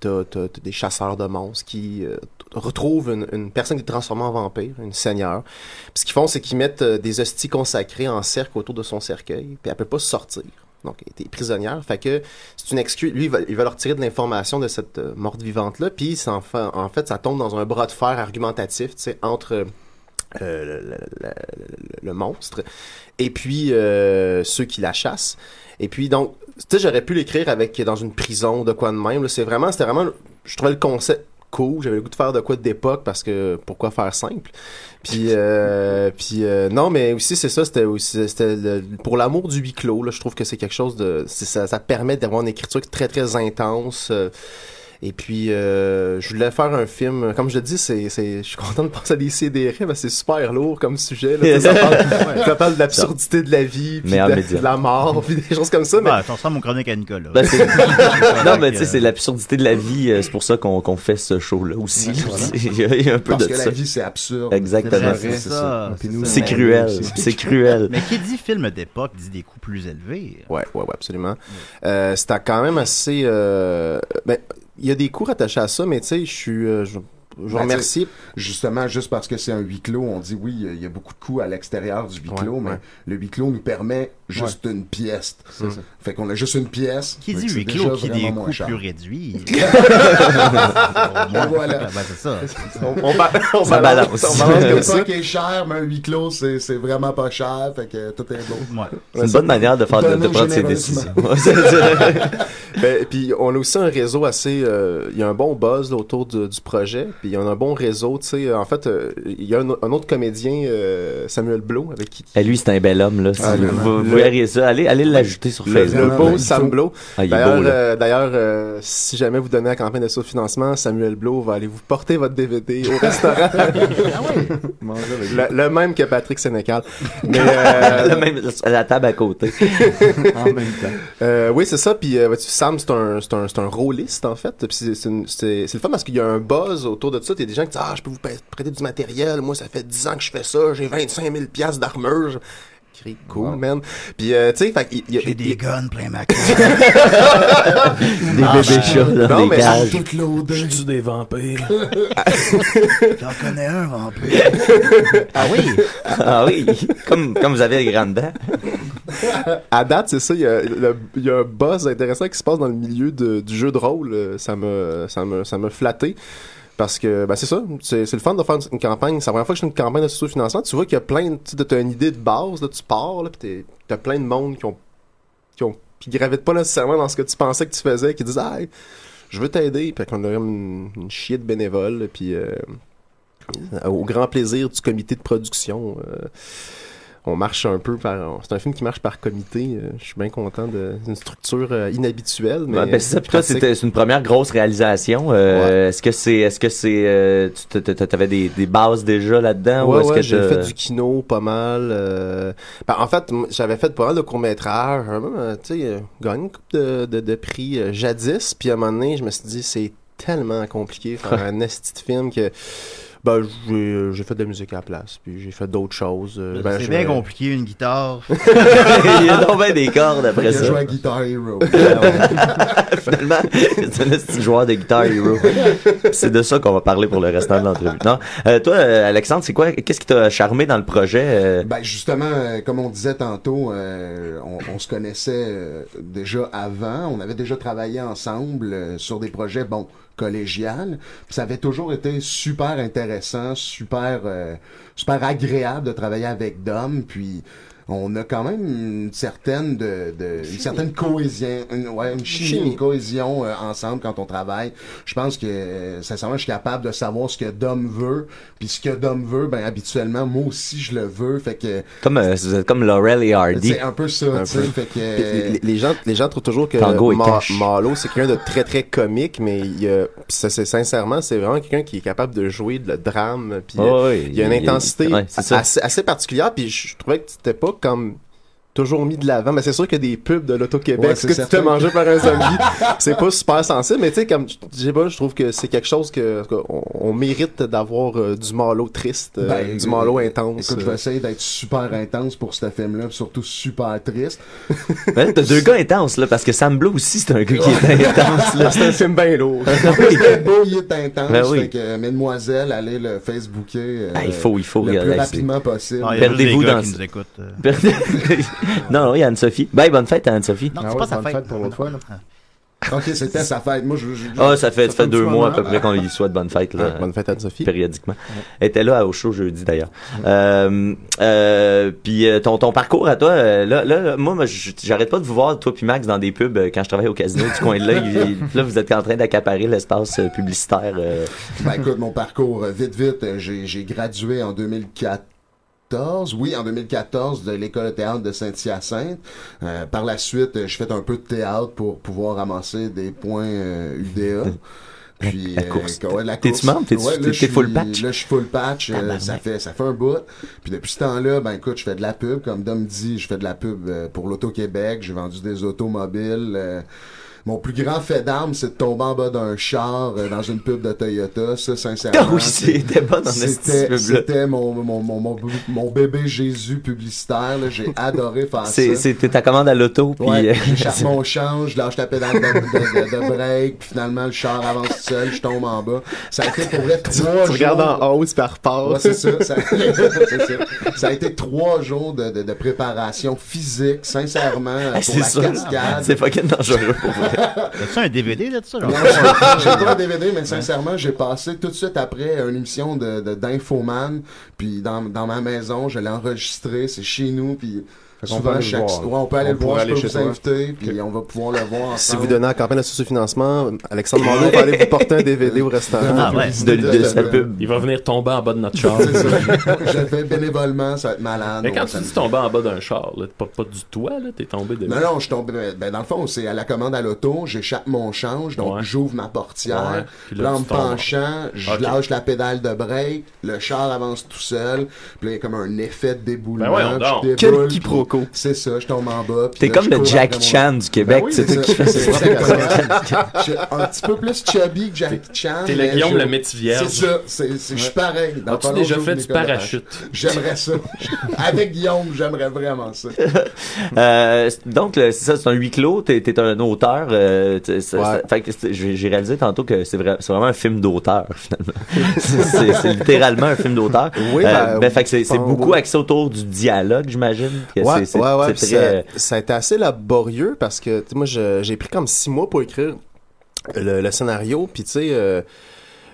t'as, t'as- t'as des chasseurs de monstres qui euh, t- retrouvent une, une personne qui est transformée en vampire, une seigneur. Puis ce qu'ils font, c'est qu'ils mettent euh, des hosties consacrées en cercle autour de son cercueil, puis elle peut pas sortir. Donc, elle était prisonnière. Fait que c'est une excuse. Lui, il va, il va leur tirer de l'information de cette euh, morte vivante-là, puis ça en, fait, en fait, ça tombe dans un bras de fer argumentatif, tu sais, entre euh, euh, le- le- le- le- le monstre et puis euh, ceux qui la chassent. Et puis donc, tu sais, j'aurais pu l'écrire avec dans une prison de quoi de même. là. C'est vraiment, c'était vraiment, je trouvais le concept cool. J'avais le goût de faire de quoi d'époque parce que pourquoi faire simple? Puis, euh, (laughs) puis euh, non, mais aussi, c'est ça, c'était aussi- c'était le- pour l'amour du huis clos. Là, je trouve que c'est quelque (laughs) chose de. c'est- Ça, ça permet d'avoir une écriture très, très intense. euh, et puis, euh, je voulais faire un film. Comme je te dis, c'est, c'est, je suis content de penser à des CDR, mais c'est super lourd comme sujet. Là, ça, parle, ça parle de l'absurdité de la vie, puis Mais en de, média. de la mort, puis des choses comme ça. Mais... Ouais, on ressemble au chronique à Nicolas. Ben, c'est- non, mais euh, tu sais, c'est l'absurdité de la vie. euh, C'est pour ça qu'on qu'on fait ce show-là aussi. Ouais, là, voilà. (laughs) tu sais, Il y a- il y a un peu Parce de que ça. la vie, c'est absurde. Exactement. C'est ça, c'est ça. C'est cruel. (laughs) C'est cruel. Mais qui dit film d'époque dit des coûts plus élevés. Ouais, ouais, ouais, absolument. Euh, c'était quand même assez. euh, ben, il y a des coûts rattachés à ça, mais tu sais, je suis. euh, je, je vous Ben, tu remercie. sais, Justement, juste parce que c'est un huis clos, on dit oui, il y a- il y a beaucoup de coûts à l'extérieur du huis clos, mais le huis clos nous permet juste une pièce. C'est ça. Fait qu'on a juste une pièce. Qui Fait dit que c'est huis déjà clos qui dit vraiment des moins coûts cher. (laughs) plus réduits. Ben voilà. Ben, c'est ça. On- (laughs) on ba- on Ça balance. On On balance comme balance ça. comme qui est cher, mais un huis clos, c'est c'est vraiment pas cher. Fait que tout est beau. C'est une bonne manière de, faire, de, de Donnons prendre ses généreusement. décisions. Ben, puis on a aussi un réseau assez. euh, Il y a un bon buzz là, autour du, du projet. Puis il y a un bon réseau. Tu sais, en fait, euh, il y a un, un autre comédien, euh, Samuel Blow, avec qui Eh, lui, c'est un bel homme. Là. Si Ah, vous, le- vous le- verriez ça, allez allez l'ajouter sur Le, Facebook. le beau ben, Sam Blow. Ah, il est D'ailleurs, beau, là. euh, d'ailleurs, euh, si jamais vous donnez la campagne de sous-financement, Samuel Blow va aller vous porter votre DVD (laughs) au restaurant. le, le même que Patrick Sénécal. Mais, euh, Le même, à (laughs) la table à côté. en même temps. Euh, oui, c'est ça. Puis, euh, vois-tu, Sam, c'est un, c'est un, c'est un rôliste, en fait. Puis, c'est- c'est une- c'est c'est le fun parce qu'il y a un buzz autour de ça. Il y a des gens qui disent Ah, je peux vous pa- prêter du matériel. Moi, ça fait 10 ans que je fais ça. J'ai 25 000 piastres d'armure. Je- Crie, Cool, man. Puis, euh, tu sais, fait qu'il- il y a. des guns plein ma Des bébés chats dans des cages. Je tue des vampires. J'en connais un vampire. Ah oui? Ah oui? Comme, comme vous avez les grandes dents. À date, c'est ça, il y, a, le- il y a un buzz intéressant qui se passe dans le milieu de- du jeu de rôle. Euh, Ça me, ça me, ça me flatté. Parce que, ben c'est ça, c'est c'est le fun de faire une- une campagne. C'est la première fois que je fais une campagne de sous-financement. Tu vois qu'il y a plein de. tu sais, T'as une idée de base, là, tu pars, là, pis t'es- t'as plein de monde qui ont. qui ont. qui gravitent pas nécessairement dans ce que tu pensais que tu faisais, qui disent, hey, je veux t'aider. Puis qu'on a comme une, une chier de bénévoles, puis euh, au grand plaisir du comité de production. euh, on marche un peu par. on- C'est un film qui marche par comité. euh, Je suis bien content de. C'est une structure euh, inhabituelle. (laughs) Mais Ouais, ben, c'est ça. Puis toi, pratique. c'était c'est une première grosse réalisation. Euh, Est-ce que c'est, est-ce que c'est, euh, tu t- t- t'avais des, des bases déjà là-dedans Ouais, ou est-ce ouais, que j'ai t'as- fait (laughs) du kino pas mal. euh, ben, en fait, m- j'avais fait pas mal de courts-métrages, euh, même, euh, tu sais, euh, gagné une coupe de, de- de prix euh, jadis. Puis à un moment donné, je me suis dit, c'est tellement compliqué (laughs) faire un esti de film que. Ben, j'ai, euh, j'ai fait de la musique à la place, puis j'ai fait d'autres choses. euh, ben, c'est je- bien compliqué, une guitare. Ah, Il y a donc bien des cordes après Il a ça. joué à Guitar Hero. Ah Finalement, (laughs) c'est un petit joueur de Guitar Hero. Puis c'est de ça qu'on va parler pour le restant de l'entrevue. Non, Euh, toi, euh, Alexandre, c'est quoi, qu'est-ce qui t'a charmé dans le projet? euh? Ben justement, euh, comme on disait tantôt, euh, on, on se connaissait euh, déjà avant. On avait déjà travaillé ensemble euh, sur des projets, bon, collégial. Puis ça avait toujours été super intéressant, super, euh, super agréable de travailler avec Dom. Puis on a quand même une certaine de, de- une certaine cohésion, une, ouais, une chimie, Chimie. une cohésion euh, ensemble quand on travaille. Je pense que euh, sincèrement, je suis capable de savoir ce que Dom veut, puis ce que Dom veut, ben habituellement, moi aussi je le veux. Fait que Comme, euh, vous êtes comme Laurel et Hardy. c'est un peu ça. Un tu sais, peu. Fait que Puis les, les gens, les gens trouvent toujours que Tango et Ma- cash. Malo, c'est quelqu'un de très très comique, mais il, euh, ça, c'est, sincèrement, c'est vraiment quelqu'un qui est capable de jouer de le drame. Puis Ouais, euh, ouais, il y a une Oh, il- il- intensité ouais, c'est ça. assez, assez particulière. Puis je, je trouvais que c'était pas comme toujours mis de l'avant, mais c'est sûr que des pubs de l'Auto-Québec, Ouais, ce c'est que tu te certain. manges par un zombie, (laughs) c'est pas super sensible, mais tu sais, comme, je je sais pas, je trouve que c'est quelque chose que, qu'on- on mérite d'avoir euh, du Malo triste, euh, Ben, du Malo euh, intense. Écoute, je vais essayer d'être super intense pour ce film-là, puis surtout super triste. Ouais, Ben, T'as deux gars intenses, là, parce que Sam Blow aussi, c'est un gars qui est (laughs) intense, là. Ah c'est un film bien (laughs) lourd. Il est beau, il est intense. Ben oui. Fait que, euh, mesdemoiselles, allez le Facebooker. euh, Ah, il faut, il faut, Le regarder, plus c'est- rapidement possible. Ah, il y a juste Perdez-vous des gars dans qui nous écoutent, euh. (laughs) Perdez- non, non, il y a Anne-Sophie. Bye, bonne fête à Anne-Sophie. Non, Ah c'est ouais, pas sa bonne fête. (laughs) fête pour l'autre Non, non, non. Ok, c'était sa fête. Moi, je. je- Ah, ça fait, ça fait un deux petit mois à moment. peu près qu'on lui souhaite bonne fête. Là, bonne fête à Sophie. Périodiquement. Elle était là au show jeudi d'ailleurs. Euh, euh, puis euh, ton, ton parcours à toi, euh, là, là, là, moi, moi, je- j'arrête pas de vous voir, toi puis Max, dans des pubs euh, quand je travaille au casino du coin de là. (laughs) là, vous êtes en train d'accaparer l'espace euh, publicitaire. euh. Ben écoute, mon parcours, euh, vite, vite, euh, j'ai j'ai gradué en 2014, oui, en 2014 de l'école de théâtre de Saint-Hyacinthe. Euh, par la suite, euh, j'ai fait un peu de théâtre pour pouvoir amasser des points euh, (laughs) UDA. Puis, La course. euh, ouais, la T'es-tu course. membre? T'es-tu- Ouais, là, t'es- je t'es full suis- patch? Là, je suis full patch. euh, Tabarnak. ça, fait, ça fait un bout. Puis depuis ce temps-là, ben écoute, je fais de la pub. Comme Dom dit, je fais de la pub euh, pour l'Auto-Québec. J'ai vendu des automobiles. euh, mon plus grand fait d'armes, c'est de tomber en bas d'un char euh, dans une pub de Toyota. Ça, sincèrement. Ah oui, c'était bon dans cette C'était pub-là. c'était mon, mon, mon, mon, mon bébé Jésus publicitaire. là. J'ai adoré faire ça. (laughs) C'est- C'était ta commande à l'auto. Puis, Ouais, euh, je charge mon change, je lâche la pédale de, de, de- de break, puis finalement le char avance tout seul, je tombe en bas. Ça a été pour vrai Tu, trois tu jours. regardes en haut, tu repars. Ouais, c'est (laughs) ça. Ça, (laughs) c'est ça. Ça a été trois jours de, de- de préparation physique, sincèrement, Ah, pour (laughs) c'est la ça. cascade. C'est fucking dangereux pour vrai. As-tu un DVD là de ça? genre? Non, j'ai- j'ai (laughs) pas un DVD, mais sincèrement, j'ai passé tout de suite après une émission de, de- d'Infoman, puis dans, dans ma maison, je l'ai enregistré, c'est chez nous, puis Fait qu'on peut souvent, aller le chaque... voir. ouais, on peut aller On le voir, pourrait je aller peux chez vous toi. inviter, puis on va pouvoir le voir ensemble. Si vous donnez en campagne de sous-financement, Alexandre Marleau va aller vous porter un DVD au restaurant. Ah ouais, de- de sa pub. Il va venir tomber en bas de notre (laughs) char. C'est ça. je le fais bénévolement, ça va être malade. Mais on quand va tu dis s'amuser. tomber en bas d'un char, là, t'es pas, pas du toit, là, t'es tombé de. Non, non, je suis tombé. Ben, dans le fond, c'est à la commande à l'auto, j'échappe mon change, donc Ouais. j'ouvre ma portière. Ouais. Puis Puis là, là, en tu me tombes. penchant, je Ok. lâche la pédale de break, le char avance tout seul, puis là, il y a comme un effet de déboulement. Ben voyons donc. je Quel puis C'est ça, je tombe en bas. puis T'es là, comme je le cours Jack après mon- Chan du Québec, Ben oui, c'est toi qui ça. fais ça. C'est exactement. Je suis un petit peu plus chubby que Jack Chan. t'es le mais Guillaume je- le Métivier. C'est ça, c'est- c'est- je suis pareil. Dans As-tu pas déjà longtemps, fait je du décolle. parachute? J'aimerais ça. (laughs) Avec Guillaume, j'aimerais vraiment ça. (laughs) Euh, c'est- donc, le- c'est ça, c'est un huis clos, t'es es un auteur. euh, t'es- ça- ça- fait que c'est- j'ai j'ai réalisé tantôt que c'est vrai- c'est vraiment un film d'auteur, (laughs) finalement. C'est- c'est c'est littéralement un film d'auteur. Oui, Euh, ben, ben, fait que c'est c'est bon, beaucoup oui. axé autour du dialogue, j'imagine. que Ouais, c'est- c'est- ouais, ouais, c'est puis très, euh, ça, ça a été assez laborieux parce que tu sais, moi je- j'ai pris comme six mois pour écrire le, le scénario, puis tu sais euh,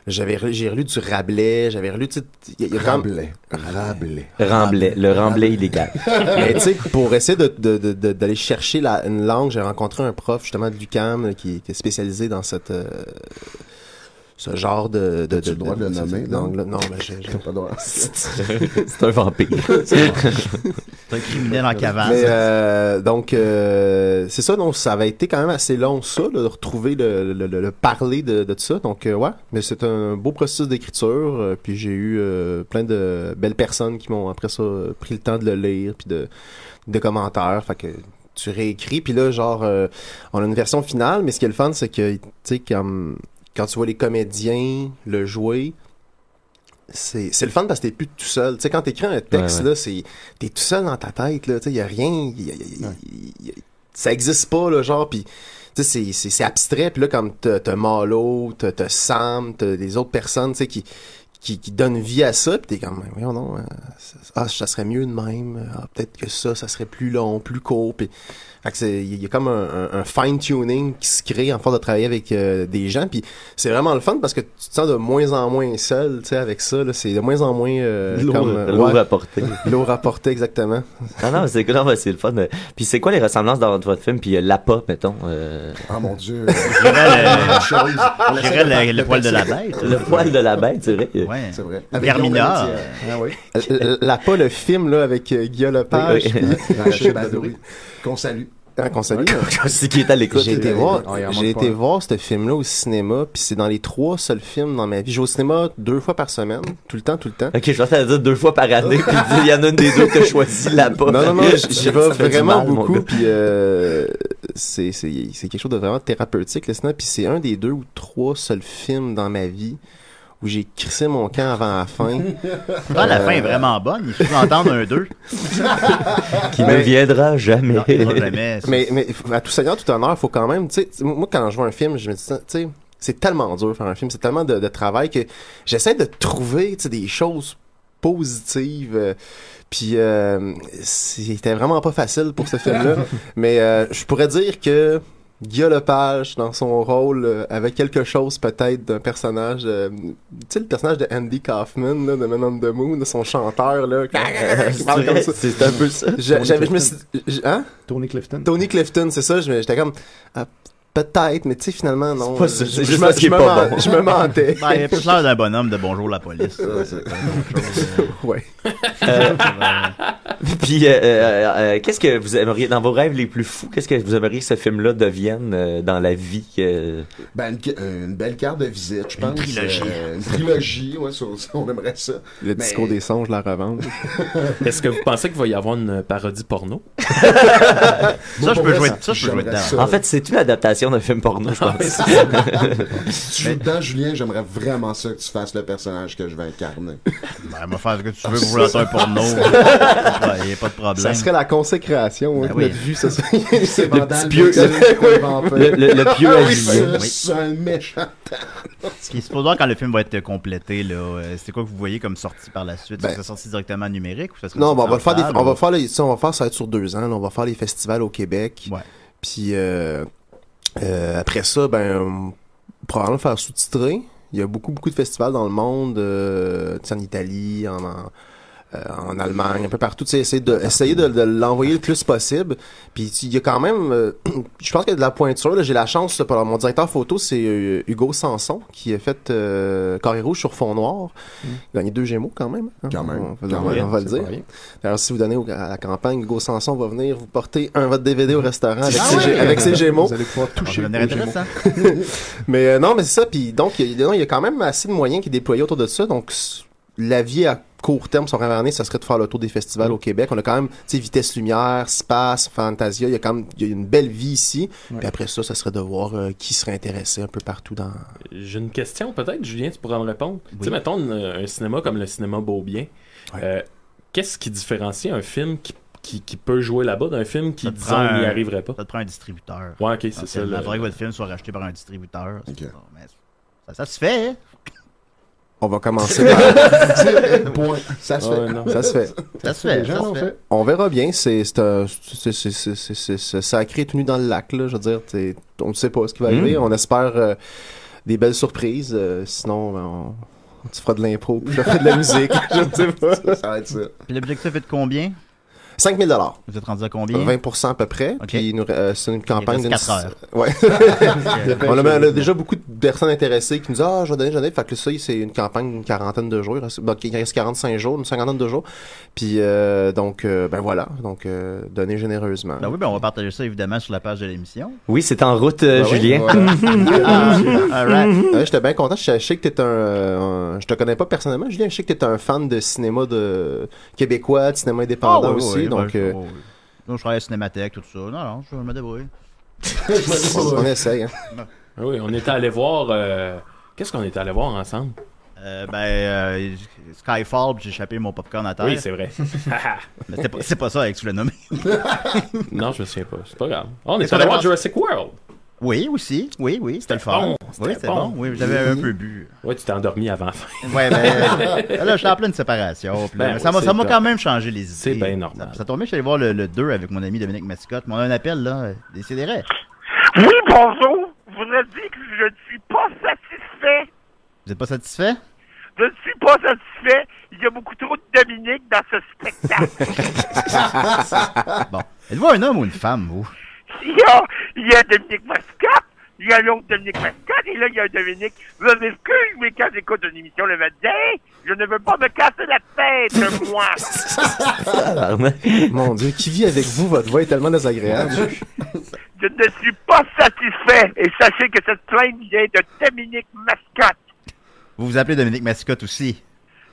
j'avais relu- j'ai relu du Rabelais, j'avais relu tu sais, il y a- il y a quand même- Rabelais. Rabelais. euh, Remblai, le Ah, remblai illégal. (laughs) Mais tu sais, pour essayer de- de- de- de- d'aller chercher la, une langue, j'ai rencontré un prof justement de l'UCAM qui était spécialisé dans cette euh, ce genre de de, T'as-tu le droit de le nommer, cette non? langue-là. Non, mais j'ai- j'ai- Pas (laughs) drôle. C'est un vampire. (laughs) un criminel en cavale. Mais, euh, donc, euh, c'est ça, donc ça avait été quand même assez long, ça, là, de retrouver le, le, le- le parler de, de tout ça. Donc, euh, ouais, mais c'est un beau processus d'écriture. euh, puis j'ai eu euh, plein de belles personnes qui m'ont, après ça, euh, pris le temps de le lire, puis de, de commentaires. Fait que tu réécris, puis là, genre, euh, on a une version finale, mais ce qui est le fun, c'est que, tu sais, comme quand tu vois les comédiens le jouer, c'est c'est le fun parce que t'es plus tout seul. Tu sais, quand t'écris un texte, Ouais, ouais. là, c'est t'es tout seul dans ta tête, là. Tu sais, y a rien. y a- y a- y a- ça existe pas, là, genre, pis. Tu sais, c'est- c'est c'est abstrait, puis là, comme t'as t'as Malo, t'as t'as Sam, t'as les autres personnes, tu sais, qui, qui, qui donnent vie à ça, puis t'es comme, Ben, voyons non, ah, ça serait mieux de même, ah, peut-être que ça, ça serait plus long, plus court, puis fait que c'est- il y a comme un, un- un fine-tuning qui se crée en force de travailler avec euh, des gens, puis c'est vraiment le fun parce que tu te sens de moins en moins seul, tu sais, avec ça, là, c'est de moins en moins... euh, Lourd, comme, euh, lourd ouais. à porter. (laughs) L'eau rapportée, exactement. Non, non, c'est non, mais c'est le fun. euh. Puis c'est quoi les ressemblances dans votre film? Puis euh, l'appât, mettons. euh, Ah mon dieu. (laughs) le- Chose. On essaie dirais de- le- le de poil de la percer. bête. le poil de la bête, c'est vrai. Ouais. C'est vrai. Vermina. Guillaume Pelletier. Ah (laughs) oui. L- l- La pas le film là avec euh, Guillaume Lepage. Oui, oui. puis- Dans la chaîne Badouri. Qu'on salue. Ah, qu'on salue. (laughs) C'est qui est à l'écoute. J'ai été euh, voir, on y en manque j'ai pas. été voir ce film-là au cinéma, puis c'est dans les trois seuls films dans ma vie. Je vais au cinéma deux fois par semaine, tout le temps, tout le temps. Ok, je pensais à dire deux fois par année, puis dire, il y en a une des deux que (laughs) je choisis là-bas. Non, (laughs) non, non, j- j'y Ça vais fait du vraiment mal, mon beaucoup, gars. puis euh, c'est c'est- c'est quelque chose de vraiment thérapeutique, le cinéma, puis c'est un des deux ou trois seuls films dans ma vie où j'ai crissé mon camp avant la fin. Ah, la fin est vraiment bonne. Il faut entendre un 2. Qui ne viendra jamais. (laughs) jamais. ça. Mais, mais à tout seigneur, tout honneur, faut quand même, tu sais, moi quand je vois un film, je me dis, tu sais, c'est tellement dur faire un film, c'est tellement de, de travail que j'essaie de trouver, tu sais, des choses positives. euh, Puis euh, c'était vraiment pas facile pour ce film-là, mais euh, je pourrais dire que Guillaume Lepage dans son rôle euh, avec quelque chose peut-être d'un personnage, euh, tu sais le personnage de Andy Kaufman là, de Men on the Moon, de son chanteur là, qui parle comme ça. C'est un peu ça. Je- J'avais, je me suis, je- hein? Tony Clifton. Tony Clifton, c'est ça. je me- J'étais comme ah, peut-être, mais tu sais finalement non. C'est pas ça, Je- c'est je juste me- parce je qu'il est me pas men- bon. Je me (laughs) mentais. Ben, il a plus l'air d'un bonhomme de bonjour la police. ça, c'est pas une autre chose. ouais. Euh, Puis, euh, euh, euh, qu'est-ce que vous aimeriez, dans vos rêves les plus fous, qu'est-ce que vous aimeriez que ce film-là devienne euh, dans la vie? euh? Ben, une, euh, une belle carte de visite, je pense. trilogie. Euh, une trilogie, ouais, sur- sur- on aimerait (laughs) ça. Le Mais- disco des songes, la revente. Est-ce que vous pensez qu'il va y avoir une parodie porno? Moi, je peux jouer- ça, je peux jouer dedans. Ah, En fait, c'est une adaptation d'un film porno, je pense. Si tu joues dedans, Julien, j'aimerais vraiment ça que tu fasses le personnage que je vais incarner. Ben, va faire ce que tu veux, Ah, vous voulez ça- un porno. Ah, Ouais, Il n'y a pas de Ça problème. serait la consécration, hein, Ben que oui. notre vue, ça serait... (laughs) C'est Le Vandal, petit pieux, c'est (laughs) le- un vampire. le- le- le pieux Ah oui, avisé. c'est- Oui. C'est un méchant. Ce qui est supposé voir quand le film va être complété, là, euh, c'est quoi que vous voyez comme sortie par la suite? ça serait sorti directement numérique ou ça serait Non, sorti ben, on va le en faire. des- salle, on va ou- faire là, ça, on va faire ça va être sur deux ans. là. on va faire les festivals au Québec. Puis euh, euh, après ça, ben probablement faire sous-titrer. Il y a beaucoup beaucoup de festivals dans le monde, euh, tu sais, en Italie, en, en, euh, en Allemagne, un peu partout. Tu sais, essayer de essayer de, de l'envoyer le plus possible. Puis tu- il y a quand même, euh, (clears throat) je pense qu'il y a de la pointure. là. J'ai la chance. là, par- mon directeur photo, c'est euh, Hugo Sanson qui a fait euh, Carré rouge sur fond noir. Il a gagné deux Gémeaux quand même. hein. Quand même. On va- Quand on va- même, on va le c'est dire. pas rien. D'ailleurs, si vous donnez au- à la campagne, Hugo Sanson va venir vous porter un votre DVD au restaurant avec, Ah ses, oui! gé- avec ses Gémeaux. Vous allez pouvoir toucher. Ça aux a l'air intéressant. Gémeaux. mais euh, non, mais c'est ça. Puis donc, il y, a- non, il y a quand même assez de moyens qui est déployé autour de ça. Donc, s- la vie à court terme, sur la première année, ça serait de faire le tour des festivals au Québec. On a quand même, tu sais, Vitesse Lumière, Space, Fantasia. Il y a quand même il y a une belle vie ici. Puis après ça, ça serait de voir euh, qui serait intéressé un peu partout dans. J'ai une question, peut-être, Julien, tu pourras me répondre. Tu sais, mettons une- euh, un cinéma comme le cinéma Beaubien. Euh, Qu'est-ce qui différencie un film qui, qui, qui peut jouer là-bas d'un film qui, Ça te disons, prend un- n'y arriverait pas? Ça te prend un distributeur. Ouais, ok, c'est ça. Il le- faudrait que votre film soit racheté par un distributeur. c'est Ok. ça, mais ça, ça se fait, hein? On va commencer par. Point. Ça se Ah Ouais, fait. (laughs) non. Ça se fait. Ça se fait, Les gens ça se l'ont fait. fait. On verra bien, c'est c'est un- c'est- c'est- c'est- c'est- c'est- c'est sacré tenu dans le lac, là, je veux dire, t'es- on ne sait pas ce qui va arriver, on espère euh, des belles surprises, euh, sinon ben, on, tu feras de l'impro, puis je ferai de la musique, je ne sais pas. Ça va être ça. Puis l'objectif est de combien? 5000 dollars, Vous êtes rendu à combien? 20% à peu près, puis il nous re- euh, c'est une campagne reste de quatre heures. Ben, Ouais. on, a, on a déjà beaucoup de personnes intéressées qui nous disent ah je vais donner, je vais donner. Fait que ça c'est une campagne d'une quarantaine de jours, il reste- bon, il reste 45 jours, une cinquantaine de jours, puis euh, donc euh, ben voilà, donc euh, donnez généreusement. Ben oui, ben on va partager ça évidemment sur la page de l'émission. Oui, c'est en route, euh, Ben oui, Julien. voilà. Ah, all right. Ouais, Ah, J'étais bien content. Je sais que t'es un, euh, un- Je te connais pas personnellement, Julien. Je sais que t'es un fan de cinéma de québécois, de cinéma indépendant Ah, oui, aussi. oui, oui, donc, ben, euh, je- oui, oui. Donc, je travaille à la cinémathèque, tout ça. Non, non, je me débrouille. (laughs) on, on essaye. hein. Ah Oui, on était allé voir. euh, Qu'est-ce qu'on était allé voir ensemble? Euh, ben, euh, Skyfall, puis j'ai échappé mon popcorn à terre. Oui, c'est (laughs) vrai. Mais c'est pas, c'est pas ça avec sous le nommé. non, je me souviens pas. C'est pas grave. Ah, On est Est-ce qu'on allé voir avance? Jurassic World. Oui, aussi. Oui, oui, c'était le fun. bon, oui, c'était bon. Oui, j'avais un peu bu. Ouais, tu t'es endormi avant la fin. Ouais, ben, là, j'étais en pleine séparation. puis là, Ben mais ça oui, m'a- c'est ça m'a top. quand même changé les idées. C'est bien normal. Ça, ça tombait, je suis allé voir le, le 2 avec mon ami Dominique Mascotte. Mais on a un appel, là. euh, Décidérez. Oui, bonjour. Je voudrais dire que je ne suis pas satisfait. Vous êtes pas satisfait? Je ne suis pas satisfait. Il y a beaucoup trop de Dominique dans ce spectacle. (laughs) Bon. Êtes-vous un homme ou une femme, vous? il, y a, il y a Dominique Mascotte, il y a l'autre Dominique Mascotte, et là, il y a Dominique. Je m'excuse, mais quand j'écoute une émission le matin, je ne veux pas me casser la tête, moi. (laughs) Mon Dieu, qui vit avec vous Votre voix est tellement désagréable. (laughs) Je ne suis pas satisfait. Et sachez que cette plainte vient de Dominique Mascotte. Vous vous appelez Dominique Mascotte aussi.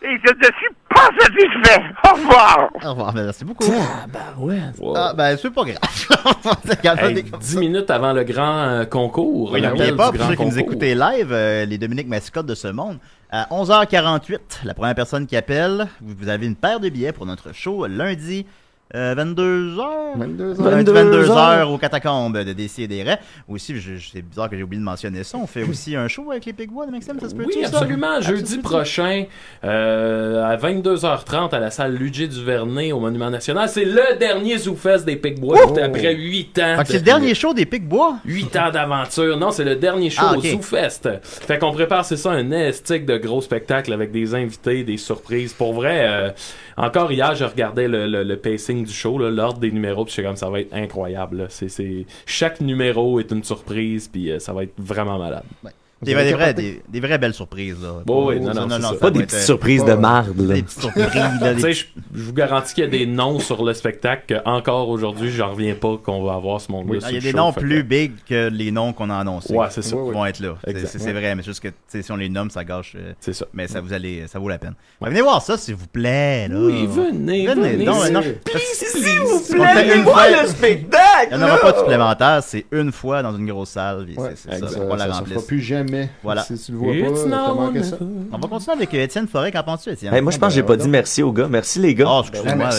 Et je ne suis pas satisfait. Au revoir. Au revoir, ben, merci beaucoup. Ah, ben, c'est pas grave. (laughs) C'est quand même Hey, des- 10 minutes avant le grand euh, concours. Oui, l'appel n'oubliez du pas, pour grand ceux qui nous concours. écoutaient live, euh, les Dominique Mascotte de ce monde, à 11h48, la première personne qui appelle, vous vous avez une paire de billets pour notre show lundi euh, 22h. 22h. 22 heures aux catacombes de DC et des Raies. Aussi, je- je- c'est bizarre que j'ai oublié de mentionner ça. On fait aussi un show avec les Pigbois de Maxime, ça se peut Oui, absolument. Jeudi prochain, euh, à 22h30, à la salle Ludger du Vernet au Monument National. C'est le dernier ZooFest des Picbois Oh! après 8 ans. Ah, c'est le dernier show des Pigbois. 8 ans d'aventure. Non, c'est le dernier show Ah, au ok. ZooFest. Fait qu'on prépare, c'est ça, un estique de gros spectacle avec des invités, des surprises. Pour vrai, euh, encore hier, je regardais le, le- le pacing du show, là, l'ordre des numéros, puis je suis comme ça va être incroyable. là. C'est, c'est- Chaque numéro est une surprise, puis euh, ça va être vraiment malade. Des, vraies- des vraies- des- des vraies belles surprises. Là. Bon, oui, non, Ça, non, c'est ça. ça va être, euh, pas- Des petites surprises. là, (laughs) des Tu sais, je je vous garantis qu'il y a des noms sur le spectacle que encore aujourd'hui, j'en reviens pas qu'on va avoir ce monde-là. Oui, sur Il y a le des show, noms fait plus big que les noms qu'on a annoncés. Ouais, c'est ça. Qui Oui, oui. vont être là. C'est- Exact. C'est c'est vrai, mais juste que tu sais, si on les nomme, ça gâche. euh, C'est ça. Mais ça vous allez, ça vaut la peine. Mais Venez voir ça, s'il vous plaît. Là. Oui, venez, venez. non, non. Please, s'il vous plaît, venez voir le spectacle. Il n'y en aura là. pas de supplémentaire, c'est une fois dans une grosse salle. puis c'est- C'est ça, exact. faut qu'on la Ça se remplir. fera plus jamais. Voilà. Si tu le vois It's pas, t'as now manqué or ça. never. On va continuer avec euh, Étienne Forêt. Qu'en penses-tu, Étienne? Hey, Ben, moi, je pense que j'ai pas dit merci aux gars. Merci les gars. Oh, excuse-moi. ouais. Bah,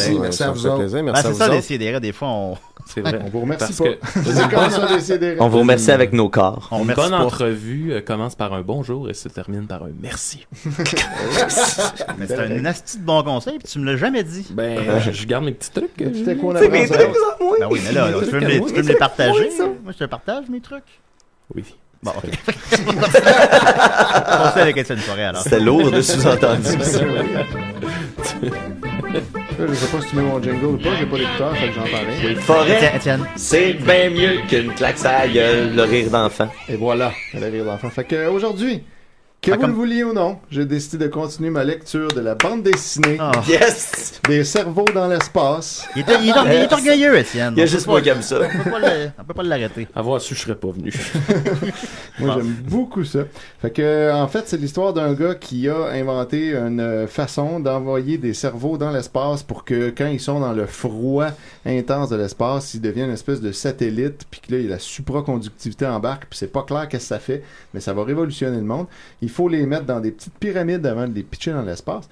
Ben, C'est ça, les sidérés, des fois, on. C'est vrai. On vous remercie Parce pas. que- C'est comme ça, les sidérés. On vous remercie avec nos corps. On Une remercie bonne pas. entrevue euh, commence par un bonjour et se termine par un merci. Mais c'est un asti de bon conseil, puis tu me l'as jamais dit. (laughs) Ben, je, je garde mes petits trucs. euh, C'était quoi, C'est mes trucs à moi. Ben oui, mais là, là, tu peux me les- tu peux me les partager. Moi, je te partage mes trucs. Oui. Bon, ok. On sait avec Étienne Forêt, (laughs) alors. C'était lourd de sous-entendus. Je sais pas si tu mets mon jingle ou pas, j'ai pas d'écouteur, fait que j'en hein. parlais. Forêt, c'est bien mieux qu'une claque sa gueule, le rire d'enfant. Et voilà, le rire d'enfant. Fait que euh, aujourd'hui, que vous le vouliez ou non, j'ai décidé de continuer ma lecture de la bande dessinée. Ah. Yes! Des cerveaux dans l'espace. Il est, Oh. il est or- il est orgueilleux, Étienne. Il y a On peut juste pas- moi qui aime ça. On peut pas le- on peut pas l'arrêter. Avoir su, je serais pas (laughs) venu. Moi, j'aime beaucoup ça. Fait que, euh, en fait, c'est l'histoire d'un gars qui a inventé une euh, façon d'envoyer des cerveaux dans l'espace pour que, quand ils sont dans le froid intense de l'espace, ils deviennent une espèce de satellite, puis que là, il y a la supraconductivité embarque, puis c'est pas clair qu'est-ce que ça fait, mais ça va révolutionner le monde. Il faut les mettre dans des petites pyramides avant de les pitcher dans l'espace.